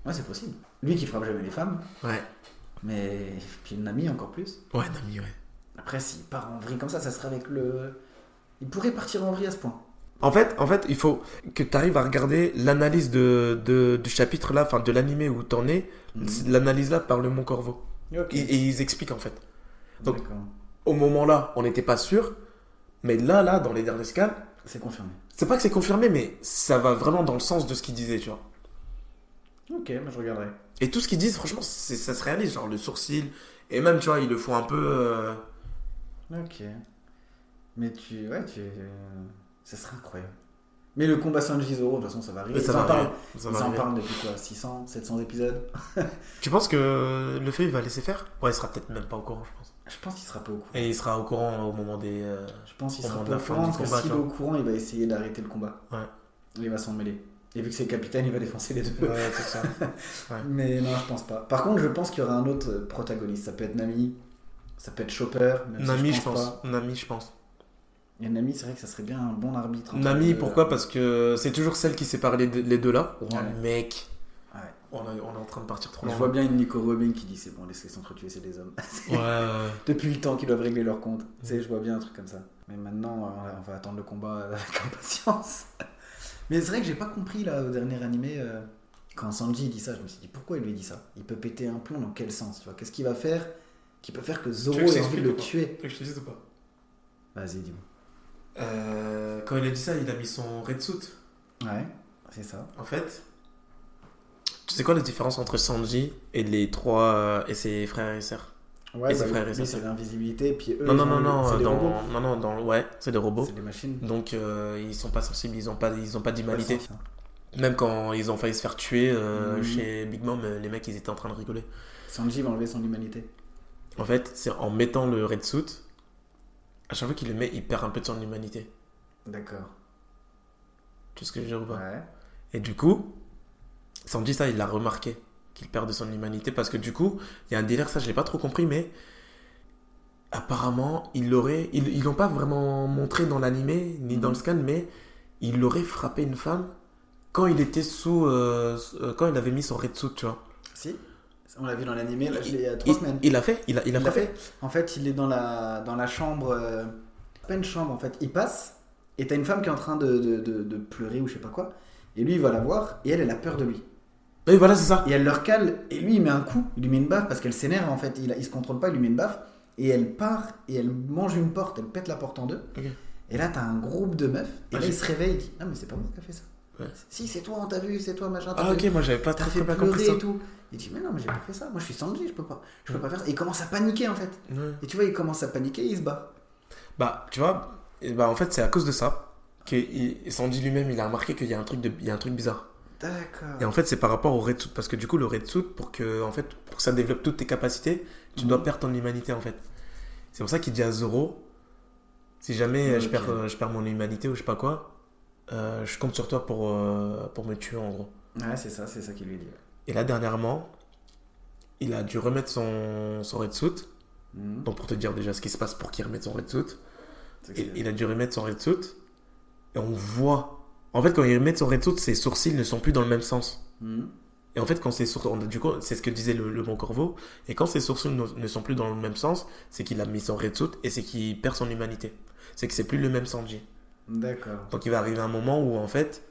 [SPEAKER 2] Ouais, c'est possible. Lui qui frappe jamais les femmes,
[SPEAKER 3] Ouais.
[SPEAKER 2] mais. Puis Nami encore plus.
[SPEAKER 3] Ouais, Nami, ouais.
[SPEAKER 2] Après, s'il part en vrille comme ça, ça serait avec le. Il pourrait partir en vrille à ce point.
[SPEAKER 3] En fait, en fait, il faut que tu arrives à regarder l'analyse de, de- du chapitre là, enfin de l'animé où t'en es, l'analyse là par le Mont Corvo.
[SPEAKER 2] Ok.
[SPEAKER 3] Et, et ils expliquent en fait. donc-
[SPEAKER 2] D'accord.
[SPEAKER 3] Au moment là, on n'était pas sûr, mais là, là, dans les derniers scans,
[SPEAKER 2] C'est confirmé.
[SPEAKER 3] c'est pas que c'est confirmé, mais ça va vraiment dans le sens de ce qu'ils disaient, tu vois.
[SPEAKER 2] Ok, moi je regarderai.
[SPEAKER 3] Et tout ce qu'ils disent, franchement, c'est- ça se réalise, genre le sourcil, et même, tu vois, ils le font un peu. euh,
[SPEAKER 2] Ok. Mais tu. Ouais, tu. euh, Ça serait incroyable. Mais le combat Sanji Zoro, de toute façon, ça va arriver.
[SPEAKER 3] ça
[SPEAKER 2] Ils
[SPEAKER 3] va
[SPEAKER 2] en parlent.
[SPEAKER 3] arriver, ça
[SPEAKER 2] Ils
[SPEAKER 3] va
[SPEAKER 2] en
[SPEAKER 3] arriver.
[SPEAKER 2] parlent depuis quoi 600, 700 épisodes
[SPEAKER 3] Tu penses que le feu, il va laisser faire Ouais, il sera peut-être même pas au courant, je pense.
[SPEAKER 2] Je pense qu'il sera pas au courant.
[SPEAKER 3] Et il sera au courant au moment des. euh,
[SPEAKER 2] Je pense qu'il
[SPEAKER 3] Au
[SPEAKER 2] sera
[SPEAKER 3] moment
[SPEAKER 2] pas au
[SPEAKER 3] de la fin
[SPEAKER 2] courant
[SPEAKER 3] du
[SPEAKER 2] parce que
[SPEAKER 3] combat,
[SPEAKER 2] s'il est
[SPEAKER 3] tu
[SPEAKER 2] au courant, il va essayer d'arrêter le combat.
[SPEAKER 3] Ouais.
[SPEAKER 2] Il va s'en mêler. Et vu que c'est le capitaine, il va défoncer les deux.
[SPEAKER 3] Ouais, c'est ça.
[SPEAKER 2] Mais non, je pense pas. Par contre, je pense qu'il y aura un autre protagoniste. Ça peut être Nami, ça peut être Chopper. Même si
[SPEAKER 3] Nami,
[SPEAKER 2] je pense. pas.
[SPEAKER 3] Nami, je pense.
[SPEAKER 2] Et Nami, c'est vrai que ça serait bien un bon arbitre. entre les
[SPEAKER 3] Nami,
[SPEAKER 2] deux.
[SPEAKER 3] pourquoi Parce que c'est toujours celle qui sépare les deux, les deux là. Oh,
[SPEAKER 2] Ouais.
[SPEAKER 3] mec.
[SPEAKER 2] Ouais.
[SPEAKER 3] On, est- on est en train de partir trop
[SPEAKER 2] Je
[SPEAKER 3] loin.
[SPEAKER 2] vois bien une Nico Robin qui dit c'est bon, laissez s'entretuer, c'est des hommes.
[SPEAKER 3] Ouais, ouais.
[SPEAKER 2] Depuis le temps qu'ils doivent régler leur compte. Tu sais, je vois bien un truc comme ça. Mais maintenant, euh, on va- on va attendre le combat euh, avec impatience. Mais c'est vrai que j'ai pas compris là au dernier animé. euh, quand Sanji dit ça, je me suis dit pourquoi il lui dit ça Il peut péter un plomb dans quel sens tu vois Qu'est-ce qu'il va faire qui peut faire que Zoro
[SPEAKER 1] veux que
[SPEAKER 2] ait envie
[SPEAKER 1] j'explique
[SPEAKER 2] de le
[SPEAKER 1] ou pas
[SPEAKER 2] tuer.
[SPEAKER 1] Tu veux que je te dise ou pas
[SPEAKER 2] Vas-y, dis-moi.
[SPEAKER 1] Euh, Quand il a dit ça, il a mis son red suit.
[SPEAKER 2] Ouais, c'est ça.
[SPEAKER 1] En fait, tu sais quoi la différence entre Sanji et les trois euh, et ses frères et sœurs
[SPEAKER 2] Ouais,
[SPEAKER 1] Et ses frères et
[SPEAKER 2] lui,
[SPEAKER 1] ses
[SPEAKER 2] c'est
[SPEAKER 1] sœurs.
[SPEAKER 2] l'invisibilité, puis eux,
[SPEAKER 1] Non,
[SPEAKER 2] ils
[SPEAKER 1] non,
[SPEAKER 2] ont-
[SPEAKER 1] non, non,
[SPEAKER 2] c'est
[SPEAKER 1] euh,
[SPEAKER 2] des
[SPEAKER 1] dans-
[SPEAKER 2] robots.
[SPEAKER 1] non, non, dans, ouais, c'est des robots.
[SPEAKER 2] C'est des machines.
[SPEAKER 1] Donc euh, ils sont pas sensibles, ils ont pas, ils ont pas d'humanité.
[SPEAKER 2] Ouais, c'est-
[SPEAKER 1] Même quand ils ont failli se faire tuer euh,
[SPEAKER 2] Mhm.
[SPEAKER 1] chez Big Mom, euh, les mecs ils étaient en train de rigoler.
[SPEAKER 2] Sanji va enlever son humanité.
[SPEAKER 1] En fait, c'est en mettant le red suit, à chaque fois qu'il le met, il perd un peu de son humanité.
[SPEAKER 2] D'accord.
[SPEAKER 1] Tu vois ce que je veux dire ou pas
[SPEAKER 2] Ouais.
[SPEAKER 1] Et du coup, Sanji, ça, il l'a remarqué, qu'il perd de son humanité, parce que du coup, il y a un délire, ça, je l'ai pas trop compris, mais apparemment, il l'aurait, ils ils l'ont pas vraiment montré dans l'animé, ni dans le
[SPEAKER 2] Mhm.
[SPEAKER 1] scan, mais il aurait frappé une femme quand il était sous, euh, euh, quand il avait mis son red suit, tu vois.
[SPEAKER 2] Si On l'a vu dans l'animé, là, je l'ai il y a trois
[SPEAKER 1] Il,
[SPEAKER 2] semaines.
[SPEAKER 1] il a fait, il a, il a
[SPEAKER 2] Il l'a
[SPEAKER 1] frappé.
[SPEAKER 2] fait. En fait, il est dans la, dans la chambre. euh, pas une chambre, en fait. Il passe, et t'as une femme qui est en train de, de, de- de pleurer ou je sais pas quoi. Et lui, il va la voir, et elle, elle a peur de lui.
[SPEAKER 1] Oui, voilà, c'est ça.
[SPEAKER 2] Et elle leur cale, et lui, il met un coup, il lui met une baffe, parce qu'elle s'énerve, en fait. Il, a- il se contrôle pas, il lui met une baffe. Et elle part, et elle mange une porte, elle pète la porte en deux.
[SPEAKER 1] Ok.
[SPEAKER 2] Et là, t'as un groupe de meufs, et
[SPEAKER 1] Ah,
[SPEAKER 2] là,
[SPEAKER 1] j'ai-
[SPEAKER 2] il se réveille, il dit Non, mais c'est pas moi qui a fait ça.
[SPEAKER 1] Ouais.
[SPEAKER 2] Si, c'est toi, on t'a vu, c'est toi, machin. t'as
[SPEAKER 1] Ah,
[SPEAKER 2] fait-
[SPEAKER 1] ok, moi, j'avais pas
[SPEAKER 2] t'as
[SPEAKER 1] très,
[SPEAKER 2] fait
[SPEAKER 1] très bien
[SPEAKER 2] pleurer
[SPEAKER 1] compris ça.
[SPEAKER 2] et tout. Il dit mais non mais j'ai pas fait ça, moi je suis Sanji, je peux pas, je peux pas faire ça. Et il commence à paniquer en fait.
[SPEAKER 1] Ouais.
[SPEAKER 2] Et tu vois il commence à paniquer, il se bat.
[SPEAKER 1] Bah, tu vois, et bah, en fait, c'est à cause de ça que il- Sanji lui-même, il a remarqué qu'il y a un truc, de, il y a un truc bizarre.
[SPEAKER 2] D'accord.
[SPEAKER 1] Et en fait, c'est par rapport au Red Suit. Parce que du coup, le Red Suit, pour que, en fait, pour que ça développe toutes tes capacités, tu dois perdre ton humanité, en fait. C'est pour ça qu'il dit à Zoro si jamais euh, je,
[SPEAKER 2] Ok.
[SPEAKER 1] perds, euh, je perds mon humanité ou je sais pas quoi, euh, je compte sur toi pour, euh, pour me tuer, en gros.
[SPEAKER 2] Ouais c'est ça, c'est ça qu'il lui dit. ouais.
[SPEAKER 1] Et là, dernièrement, il a dû remettre son, son Red Suit.
[SPEAKER 2] Mhm.
[SPEAKER 1] Donc, pour te dire déjà ce qui se passe pour qu'il remette son Red Suit.
[SPEAKER 2] C'est
[SPEAKER 1] Il,
[SPEAKER 2] excellent.
[SPEAKER 1] il a dû remettre son Red Suit. Et on voit. En fait, quand il remet son Red Suit, ses sourcils ne sont plus dans le même sens.
[SPEAKER 2] Mhm.
[SPEAKER 1] Et en fait, quand ses sourcils, on- du coup, c'est ce que disait le, le bon corbeau, et quand ses sourcils ne, ne sont plus dans le même sens, c'est qu'il a mis son red suit et c'est qu'il perd son humanité. C'est que c'est plus le même Sanji.
[SPEAKER 2] D'accord.
[SPEAKER 1] Donc il va arriver un moment où en fait,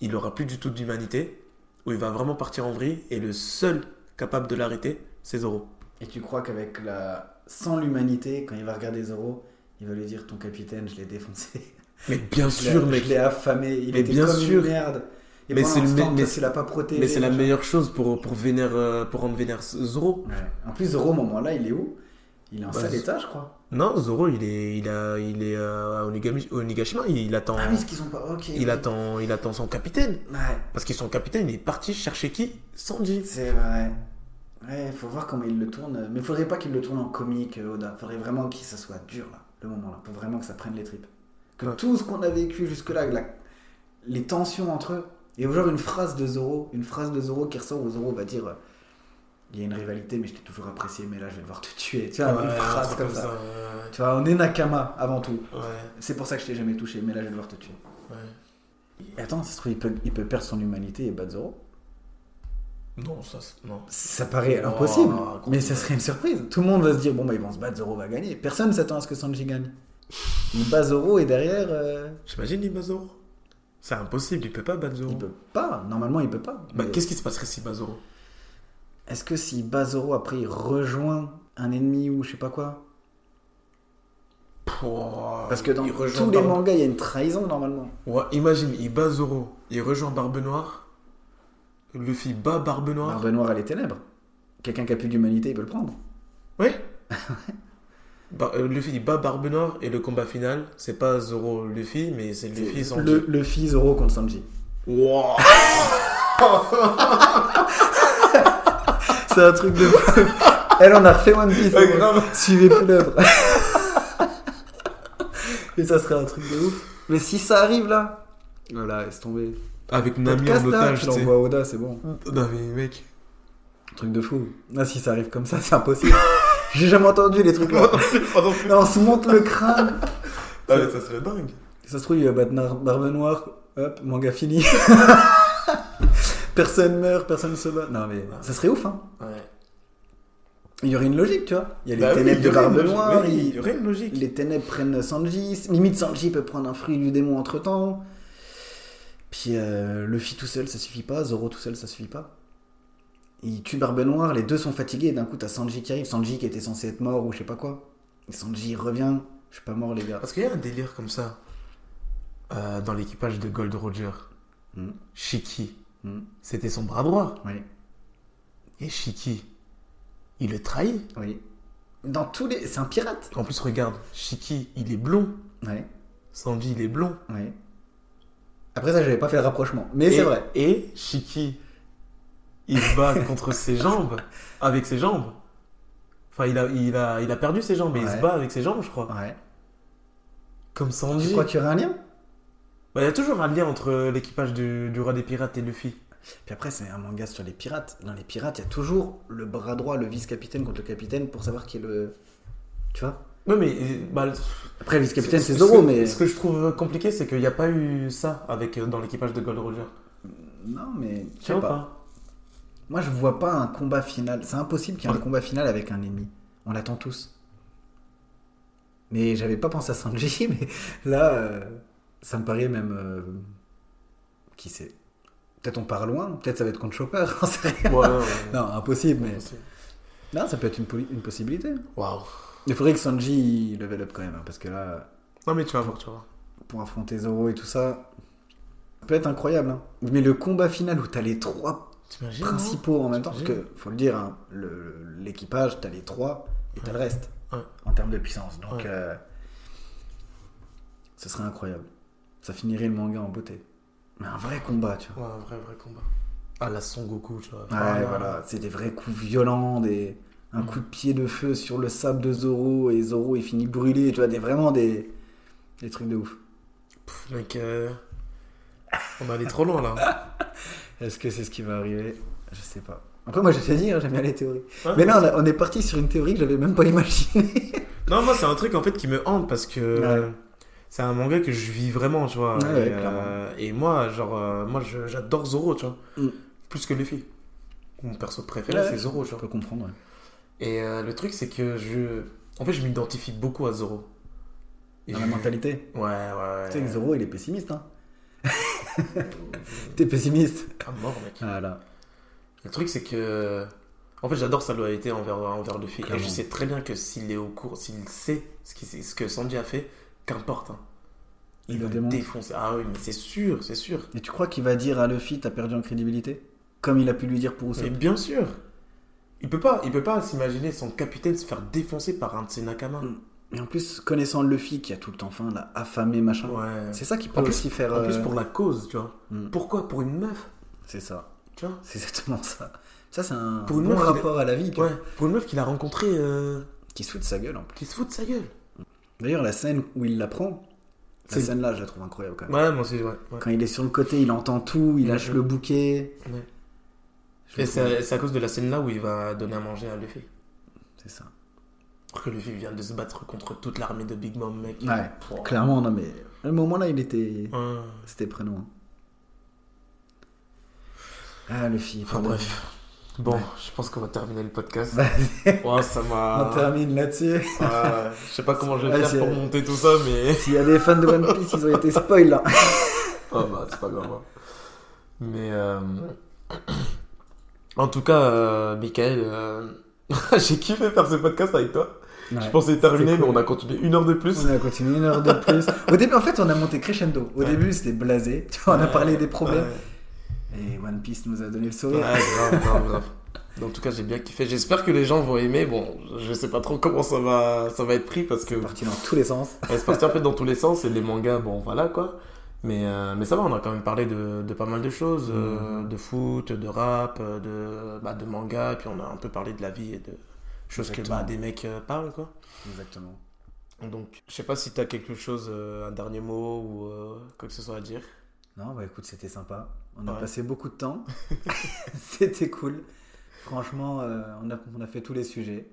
[SPEAKER 1] il aura plus du tout d'humanité, où il va vraiment partir en vrille, et le seul capable de l'arrêter, c'est Zoro.
[SPEAKER 2] Et tu crois qu'avec la sans l'humanité quand il va regarder Zoro, il va lui dire ton capitaine je l'ai défoncé.
[SPEAKER 1] Mais bien
[SPEAKER 2] Je l'ai-
[SPEAKER 1] sûr, mec.
[SPEAKER 2] je l'ai affamé, il
[SPEAKER 1] Mais
[SPEAKER 2] était
[SPEAKER 1] bien
[SPEAKER 2] comme
[SPEAKER 1] sûr.
[SPEAKER 2] une merde. Et
[SPEAKER 1] Mais
[SPEAKER 2] pendant
[SPEAKER 1] c'est le
[SPEAKER 2] ce
[SPEAKER 1] mec-
[SPEAKER 2] temps,
[SPEAKER 1] mais
[SPEAKER 2] toi,
[SPEAKER 1] c'est-
[SPEAKER 2] tu l'as pas protégé.
[SPEAKER 1] Mais c'est la
[SPEAKER 2] machin.
[SPEAKER 1] meilleure chose pour, pour, vénère, euh, pour rendre vénère Zoro.
[SPEAKER 2] Ouais. En plus Zoro au moment là il est où Il est en
[SPEAKER 1] Bah,
[SPEAKER 2] sale
[SPEAKER 1] Z-
[SPEAKER 2] état je crois.
[SPEAKER 1] Non, Zoro, il est, il a, il est euh, à Onigami- Onigashima, il, il attend,
[SPEAKER 2] Ah oui ce qu'ils ont pas. Ok.
[SPEAKER 1] il,
[SPEAKER 2] ok.
[SPEAKER 1] attend, il attend son capitaine.
[SPEAKER 2] Ouais.
[SPEAKER 1] Parce que son capitaine, il est parti chercher qui Sanji.
[SPEAKER 2] C'est vrai. Ouais, faut voir comment il le tourne. Mais faudrait pas qu'il le tourne en comique, euh, Oda. Faudrait vraiment que ça soit dur, là, le moment, là. Faut vraiment que ça prenne les tripes. Que
[SPEAKER 1] Ouais.
[SPEAKER 2] tout ce qu'on a vécu jusque-là, la- les tensions entre eux, et genre une phrase de Zoro, une phrase de Zoro qui ressort où Zoro va dire euh, Il y a une rivalité, mais je t'ai toujours apprécié, mais là, je vais devoir te tuer. Tu vois, une phrase comme ça. Tu vois, on est Nakama avant tout.
[SPEAKER 1] Ouais,
[SPEAKER 2] C'est pour ça que je t'ai jamais touché, mais là, je vais devoir te tuer.
[SPEAKER 1] ouais.
[SPEAKER 2] Et attends, ça se trouve, il peut, il peut perdre son humanité et battre Zoro.
[SPEAKER 1] Non, ça, c'est- non.
[SPEAKER 2] Ça paraît
[SPEAKER 1] Oh,
[SPEAKER 2] impossible,
[SPEAKER 1] gros
[SPEAKER 2] mais ça
[SPEAKER 1] mec.
[SPEAKER 2] serait une surprise. Tout le monde va se dire bon bah ils vont se battre, Zoro va gagner. Personne s'attend à ce que Sanji gagne. Il bat Zoro et derrière euh,
[SPEAKER 1] J'imagine, il bat Zoro. C'est impossible, il peut pas battre Zoro.
[SPEAKER 2] il peut pas. Normalement il peut pas.
[SPEAKER 1] Bah,
[SPEAKER 2] Mais
[SPEAKER 1] qu'est-ce qui se passerait si bat Zoro
[SPEAKER 2] Est-ce que si bat Zoro après il rejoint un ennemi ou je sais pas quoi Parce que dans
[SPEAKER 1] Oh, Il rejoint
[SPEAKER 2] tous les
[SPEAKER 1] Barbe-
[SPEAKER 2] mangas il y a une trahison normalement.
[SPEAKER 1] Ouais, imagine, il bat Zoro, il rejoint Barbe Noire, Luffy bat Barbe Noire.
[SPEAKER 2] Barbe Noire elle est ténèbres. Quelqu'un qui a plus d'humanité il peut le prendre.
[SPEAKER 1] Ouais Bar- euh, Luffy il bat Barbe Noire et le combat final, c'est pas Zoro Luffy, mais c'est Luffy Sanji.
[SPEAKER 2] Le, le fils Zoro contre Sanji.
[SPEAKER 1] Wouah.
[SPEAKER 2] C'est un truc de fou. Elle en a refait One Piece.
[SPEAKER 1] Ouais,
[SPEAKER 2] hein.
[SPEAKER 1] grave.
[SPEAKER 2] Suivez plus l'œuvre. Mais ça serait un truc de ouf. Mais si ça arrive là. Voilà, laisse tomber.
[SPEAKER 1] Avec Nami en
[SPEAKER 2] Podcast là,
[SPEAKER 1] otage,
[SPEAKER 2] je
[SPEAKER 1] tu sais.
[SPEAKER 2] l'envoie à Oda, c'est bon.
[SPEAKER 1] Non mais mec.
[SPEAKER 2] Un truc de fou. Là, si ça arrive comme ça, c'est impossible. J'ai jamais entendu les trucs là. Là, on se monte le crâne.
[SPEAKER 1] Ah mais ça serait dingue.
[SPEAKER 2] Ça se trouve, il va battre Nar- Barbe Noire. Hop, manga fini. personne meurt, personne se bat. Non, mais ça serait ouf, hein.
[SPEAKER 1] Ouais.
[SPEAKER 2] Il y aurait une logique, tu vois. Bah Il y a
[SPEAKER 1] Bah
[SPEAKER 2] les ténèbres de Barbe Noire. il-
[SPEAKER 1] il y aurait une logique.
[SPEAKER 2] Les ténèbres prennent Sanji. Limite, Sanji peut prendre un fruit du démon entre temps. Puis euh, Luffy tout seul, ça suffit pas. Zoro tout seul, ça suffit pas. Il tue Barbe Noire, les deux sont fatigués, et d'un coup, t'as Sanji qui arrive. Sanji qui était censé être mort ou je sais pas quoi. Et Sanji il revient. Je suis pas mort, les gars.
[SPEAKER 1] Parce qu'il y a un délire comme ça euh, dans l'équipage de Gold Roger.
[SPEAKER 2] Hmm.
[SPEAKER 1] Shiki,
[SPEAKER 2] Hmm.
[SPEAKER 1] c'était son bras droit.
[SPEAKER 2] Oui.
[SPEAKER 1] Et Shiki, il le trahit.
[SPEAKER 2] Oui. Dans tous les. C'est un pirate.
[SPEAKER 1] En plus, regarde, Shiki, il est blond.
[SPEAKER 2] Ouais.
[SPEAKER 1] Sanji, il est blond.
[SPEAKER 2] Ouais. Après ça, j'avais pas fait le rapprochement. Mais c'est vrai.
[SPEAKER 1] Et Shiki, il se bat contre ses jambes, avec ses jambes. Enfin, il a, il a, il a perdu ses jambes, mais il
[SPEAKER 2] Ouais.
[SPEAKER 1] se bat avec ses jambes, je crois.
[SPEAKER 2] Ouais.
[SPEAKER 1] Comme
[SPEAKER 2] Tu
[SPEAKER 1] Sanji.
[SPEAKER 2] crois qu'il y aurait un lien
[SPEAKER 1] Bah, il y a toujours un lien entre euh, l'équipage du, du roi des pirates et Luffy.
[SPEAKER 2] Puis après, c'est un manga sur les pirates. Dans les pirates, il y a toujours le bras droit, le vice-capitaine contre le capitaine pour savoir qui est le. Tu vois
[SPEAKER 1] Non, mais euh, bah,
[SPEAKER 2] Après, le vice-capitaine,
[SPEAKER 1] ce-
[SPEAKER 2] c'est
[SPEAKER 1] ce-
[SPEAKER 2] Zoro,
[SPEAKER 1] ce-
[SPEAKER 2] mais.
[SPEAKER 1] Ce que je trouve compliqué, c'est qu'il n'y a pas eu ça avec, euh, dans l'équipage de Gold Roger.
[SPEAKER 2] Non, mais. Je
[SPEAKER 1] Je
[SPEAKER 2] sais pas. Moi, je vois pas un combat final. C'est impossible qu'il y ait un combat final avec un ennemi. On l'attend tous. Mais j'avais pas pensé à Sanji, mais là, euh, ça me paraît même. euh, qui sait Peut-être on part loin, peut-être ça va être contre Chopper, j'en sais rien.
[SPEAKER 1] Ouais, ouais,
[SPEAKER 2] Non, impossible, mais.
[SPEAKER 1] ouais.
[SPEAKER 2] Non, ça peut être une, poli- une possibilité.
[SPEAKER 1] Waouh.
[SPEAKER 2] Il faudrait que Sanji il level up quand même, hein, parce que là,
[SPEAKER 1] Non, mais tu vas voir, tu vas voir.
[SPEAKER 2] pour affronter Zoro et tout ça, ça peut être incroyable. hein. Mais le combat final où t'as les trois
[SPEAKER 1] T'imagines non
[SPEAKER 2] principaux en même temps, parce que
[SPEAKER 1] T'imagines
[SPEAKER 2] faut le dire, hein, le- l'équipage, t'as les trois et t'as le reste
[SPEAKER 1] Ouais.
[SPEAKER 2] en termes de puissance. Donc,
[SPEAKER 1] Ouais.
[SPEAKER 2] euh, ce serait incroyable. Ça finirait le manga en beauté. Mais un vrai combat, tu vois.
[SPEAKER 1] Ouais, un vrai, vrai combat. Ah, la Son Goku, tu vois. Ah,
[SPEAKER 2] Ouais, voilà, c'est des vrais coups violents, des...
[SPEAKER 1] Mm.
[SPEAKER 2] un coup de pied de feu sur le sable de Zoro et Zoro il finit brûlé, tu vois, des... vraiment des... des trucs de ouf.
[SPEAKER 1] Pff, Mec, euh, on est allé trop loin là.
[SPEAKER 2] Est-ce que c'est ce qui va arriver Je sais pas. Après, moi je t'ai dit, hein, j'aime bien les théories.
[SPEAKER 1] Ouais.
[SPEAKER 2] Mais là, on, a- on est parti sur une théorie que j'avais même pas imaginée.
[SPEAKER 1] Non, moi c'est un truc en fait qui me hante parce que euh,
[SPEAKER 2] Ouais.
[SPEAKER 1] c'est un manga que je vis vraiment, tu vois.
[SPEAKER 2] Ouais,
[SPEAKER 1] et,
[SPEAKER 2] ouais,
[SPEAKER 1] euh,
[SPEAKER 2] clairement.
[SPEAKER 1] et moi, genre, euh, moi je- j'adore Zoro, tu vois.
[SPEAKER 2] Mm.
[SPEAKER 1] Plus que Luffy. Mon perso préféré,
[SPEAKER 2] Ouais,
[SPEAKER 1] c'est Zoro, tu
[SPEAKER 2] Je
[SPEAKER 1] vois.
[SPEAKER 2] peux comprendre. ouais.
[SPEAKER 1] Et euh, le truc, c'est que je. En fait, je m'identifie beaucoup à Zoro. Et
[SPEAKER 2] Dans
[SPEAKER 1] je-
[SPEAKER 2] la mentalité.
[SPEAKER 1] Ouais, ouais.
[SPEAKER 2] Tu sais que Zoro il est pessimiste, hein. T'es pessimiste
[SPEAKER 1] À mort, mec.
[SPEAKER 2] Ah là.
[SPEAKER 1] Le truc, c'est que. En fait, j'adore sa loyauté envers, envers Luffy. Et
[SPEAKER 2] Clairement.
[SPEAKER 1] je sais très bien que s'il est au cours, s'il sait ce, qui, ce que Sanji a fait, qu'importe. hein.
[SPEAKER 2] Il
[SPEAKER 1] Il
[SPEAKER 2] le
[SPEAKER 1] va le
[SPEAKER 2] démonte.
[SPEAKER 1] défoncer. Ah oui, mais c'est sûr, c'est sûr.
[SPEAKER 2] Et tu crois qu'il va dire à Luffy t'as perdu en crédibilité Comme il a pu lui dire pour Usopp.
[SPEAKER 1] Mais bien sûr. Il peut pas, il peut pas s'imaginer son capitaine se faire défoncer par un de ses nakamas.
[SPEAKER 2] Mm. Et en plus, connaissant Luffy qui a tout le temps faim, là, affamé, machin.
[SPEAKER 1] Ouais.
[SPEAKER 2] C'est ça qui peut
[SPEAKER 1] En plus-
[SPEAKER 2] aussi faire.
[SPEAKER 1] En plus
[SPEAKER 2] euh,
[SPEAKER 1] pour la cause, tu vois.
[SPEAKER 2] Mm.
[SPEAKER 1] Pourquoi Pour une meuf,
[SPEAKER 2] C'est ça.
[SPEAKER 1] tu vois.
[SPEAKER 2] C'est exactement ça. Ça, c'est un
[SPEAKER 1] Pour une
[SPEAKER 2] bon
[SPEAKER 1] meuf, il est-
[SPEAKER 2] rapport à la vie tu vois,
[SPEAKER 1] Ouais. Pour une meuf qu'il a rencontrée, euh,
[SPEAKER 2] qui se fout de sa gueule en plus.
[SPEAKER 1] qui se fout de sa gueule.
[SPEAKER 2] D'ailleurs, la scène où il la prend, cette
[SPEAKER 1] C'est-
[SPEAKER 2] scène-là, je la trouve incroyable quand même.
[SPEAKER 1] Ouais, moi aussi, ouais. ouais.
[SPEAKER 2] Quand il est sur le côté, il entend tout, il lâche
[SPEAKER 1] Mhm.
[SPEAKER 2] le bouquet.
[SPEAKER 1] Ouais.
[SPEAKER 2] Je
[SPEAKER 1] Et
[SPEAKER 2] le
[SPEAKER 1] c'est
[SPEAKER 2] trouve-
[SPEAKER 1] à- c'est à cause de la scène là où il va donner à manger à Luffy.
[SPEAKER 2] C'est ça.
[SPEAKER 1] Parce que Luffy vient de se battre contre toute l'armée de Big Mom, mec.
[SPEAKER 2] Ouais.
[SPEAKER 1] Pouah.
[SPEAKER 2] Clairement, non, mais le moment-là, il était.
[SPEAKER 1] Ouais.
[SPEAKER 2] C'était prénom. hein. Ah, Luffy.
[SPEAKER 1] Enfin
[SPEAKER 2] pardon.
[SPEAKER 1] bref. Bon, je pense qu'on va terminer le podcast.
[SPEAKER 2] Vas-y,
[SPEAKER 1] Ouais, ça
[SPEAKER 2] on
[SPEAKER 1] m'a.
[SPEAKER 2] termine là-dessus.
[SPEAKER 1] Ouais, je sais pas comment je vais
[SPEAKER 2] Ouais,
[SPEAKER 1] faire
[SPEAKER 2] c'est-
[SPEAKER 1] pour monter tout ça, mais.
[SPEAKER 2] S'il y a des fans de One Piece, ils ont été spoil hein. là.
[SPEAKER 1] Oh bah, c'est pas grave. hein. Mais. euh, En tout cas, euh, Michael, euh, j'ai kiffé faire ce podcast avec toi. Je pensais terminer,
[SPEAKER 2] cool.
[SPEAKER 1] mais on a continué une heure de plus.
[SPEAKER 2] On a continué une heure de plus. Au début, en fait, on a monté crescendo. Au
[SPEAKER 1] Ouais.
[SPEAKER 2] début, c'était blasé. Tu vois, on a parlé des problèmes.
[SPEAKER 1] Ouais.
[SPEAKER 2] Et One Piece nous a donné le
[SPEAKER 1] Ouais,
[SPEAKER 2] sourire.
[SPEAKER 1] grave, grave, grave. En tout cas, j'ai bien kiffé. J'espère que les gens vont aimer. Bon, je sais pas trop comment ça va, ça va être pris parce que
[SPEAKER 2] C'est parti dans tous les sens.
[SPEAKER 1] elle se partit un peu dans tous les sens et les mangas, bon, voilà quoi. Mais, euh, mais ça va, on a quand même parlé de, de pas mal de choses, euh,
[SPEAKER 2] Mm.
[SPEAKER 1] de foot, de rap, euh, de, bah, de manga, puis on a un peu parlé de la vie et de choses que
[SPEAKER 2] Exactement.
[SPEAKER 1] bah, des mecs euh, parlent quoi.
[SPEAKER 2] Exactement.
[SPEAKER 1] Donc, je sais pas si t'as quelque chose, euh, un dernier mot ou euh, quoi que ce soit à dire.
[SPEAKER 2] Non, bah écoute, c'était sympa. On a
[SPEAKER 1] Ouais.
[SPEAKER 2] passé beaucoup de temps. c'était cool. Franchement, euh, on, a, on a fait tous les sujets.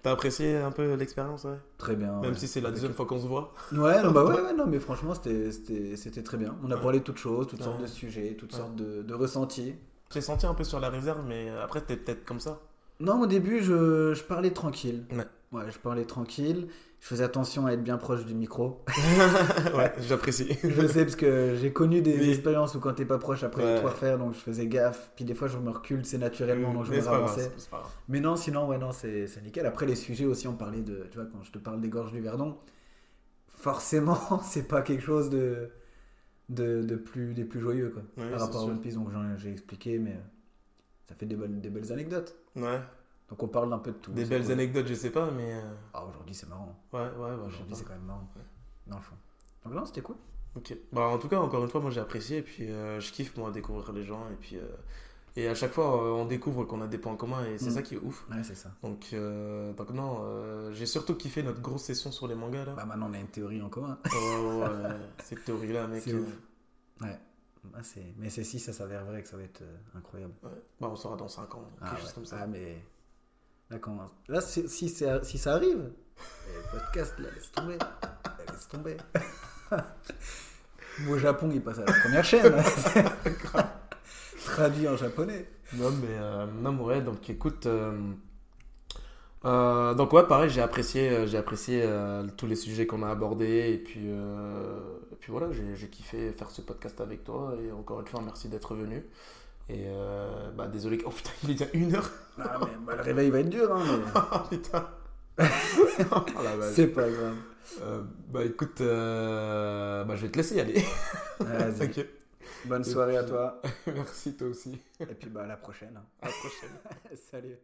[SPEAKER 1] T'as apprécié un peu l'expérience, ouais
[SPEAKER 2] Très bien.
[SPEAKER 1] Même
[SPEAKER 2] Ah ouais.
[SPEAKER 1] si c'est la
[SPEAKER 2] Avec-
[SPEAKER 1] deuxième fois qu'on se voit.
[SPEAKER 2] Ouais, non, bah ouais, ouais, non, mais franchement, c'était- c'était c'était très bien. On a
[SPEAKER 1] Ouais.
[SPEAKER 2] parlé de toutes choses, toutes
[SPEAKER 1] Ouais.
[SPEAKER 2] sortes de sujets, toutes
[SPEAKER 1] Ouais.
[SPEAKER 2] sortes de, de ressentis.
[SPEAKER 1] J'ai senti un peu sur la réserve, mais après, t'es peut-être comme ça.
[SPEAKER 2] Non, au début, je, je parlais tranquille.
[SPEAKER 1] Ouais.
[SPEAKER 2] Ouais, je parlais tranquille. Je faisais attention à être bien proche du micro.
[SPEAKER 1] ouais, j'apprécie.
[SPEAKER 2] je sais, parce que j'ai connu des
[SPEAKER 1] Oui.
[SPEAKER 2] expériences où quand t'es pas proche, après,
[SPEAKER 1] Ouais.
[SPEAKER 2] tu dois refaire, donc je faisais gaffe. Puis des fois, je me recule, c'est naturellement, donc je
[SPEAKER 1] Mais
[SPEAKER 2] me
[SPEAKER 1] c'est pas grave,
[SPEAKER 2] ravançais.
[SPEAKER 1] c'est pas grave.
[SPEAKER 2] Mais non, sinon, ouais, non, c'est c'est nickel. Après, les sujets aussi, on parlait de. Tu vois, quand je te parle des gorges du Verdon, forcément, c'est pas quelque chose de. de, de plus, des plus joyeux, quoi.
[SPEAKER 1] Ouais,
[SPEAKER 2] par
[SPEAKER 1] c'est
[SPEAKER 2] rapport à
[SPEAKER 1] sûr.
[SPEAKER 2] One Piece, donc j'en- j'ai expliqué, mais. euh, Ça fait des bonnes, des belles anecdotes.
[SPEAKER 1] Ouais.
[SPEAKER 2] Donc, on parle d'un peu de tout.
[SPEAKER 1] Des
[SPEAKER 2] c'est
[SPEAKER 1] belles
[SPEAKER 2] cool.
[SPEAKER 1] anecdotes, je sais pas, mais. euh,
[SPEAKER 2] Ah, aujourd'hui, c'est marrant.
[SPEAKER 1] Ouais, ouais, ouais,
[SPEAKER 2] Aujourd'hui, c'est
[SPEAKER 1] j'entends.
[SPEAKER 2] quand même marrant.
[SPEAKER 1] Ouais.
[SPEAKER 2] Dans le fond. Donc, non, c'était cool.
[SPEAKER 1] Ok. Bah, en tout cas, encore une fois, moi j'ai apprécié et puis euh, je kiffe moi découvrir les gens et puis. euh, Et à chaque fois, euh, on découvre qu'on a des points communs et c'est
[SPEAKER 2] Mm.
[SPEAKER 1] ça qui est ouf.
[SPEAKER 2] Ouais, c'est ça.
[SPEAKER 1] Donc, euh, donc non, euh, j'ai surtout kiffé notre grosse session sur les mangas là.
[SPEAKER 2] Bah, maintenant, on a une théorie en commun.
[SPEAKER 1] Oh, ouais, cette théorie là, mec.
[SPEAKER 2] C'est
[SPEAKER 1] euh,
[SPEAKER 2] ouf. Ouais. Bah, c'est- mais c'est si ça s'avère vrai que ça va être euh, incroyable.
[SPEAKER 1] ouais. Bah, on sera dans 5 ans, quelque
[SPEAKER 2] ouais.
[SPEAKER 1] chose comme ça.
[SPEAKER 2] Ah, mais. Là, quand... là si, si, c'est- si ça arrive, Eh, le podcast, là, laisse tomber. Là, laisse tomber. Ou Au Japon, il passe à la première chaîne. hein. Traduit en japonais.
[SPEAKER 1] Non, mais euh, non, mais ouais, donc écoute. euh, euh, donc, ouais, pareil, j'ai apprécié, euh, j'ai apprécié euh, tous les sujets qu'on a abordés. Et puis, euh, et puis voilà, j'ai j'ai kiffé faire ce podcast avec toi. Et encore une fois, merci d'être venu. Et euh, bah, désolé. Oh putain, il est déjà une heure.
[SPEAKER 2] Ah, mais, bah, le réveil va être dur, hein, mais
[SPEAKER 1] Oh putain. Oh la vache.
[SPEAKER 2] c'est pas grave.
[SPEAKER 1] Euh, bah écoute, euh, bah, je vais te laisser y aller.
[SPEAKER 2] Vas-y.
[SPEAKER 1] Ok.
[SPEAKER 2] Bonne soirée à toi.
[SPEAKER 1] Merci, toi aussi.
[SPEAKER 2] Et puis bah, à la prochaine.
[SPEAKER 1] À la prochaine.
[SPEAKER 2] Salut.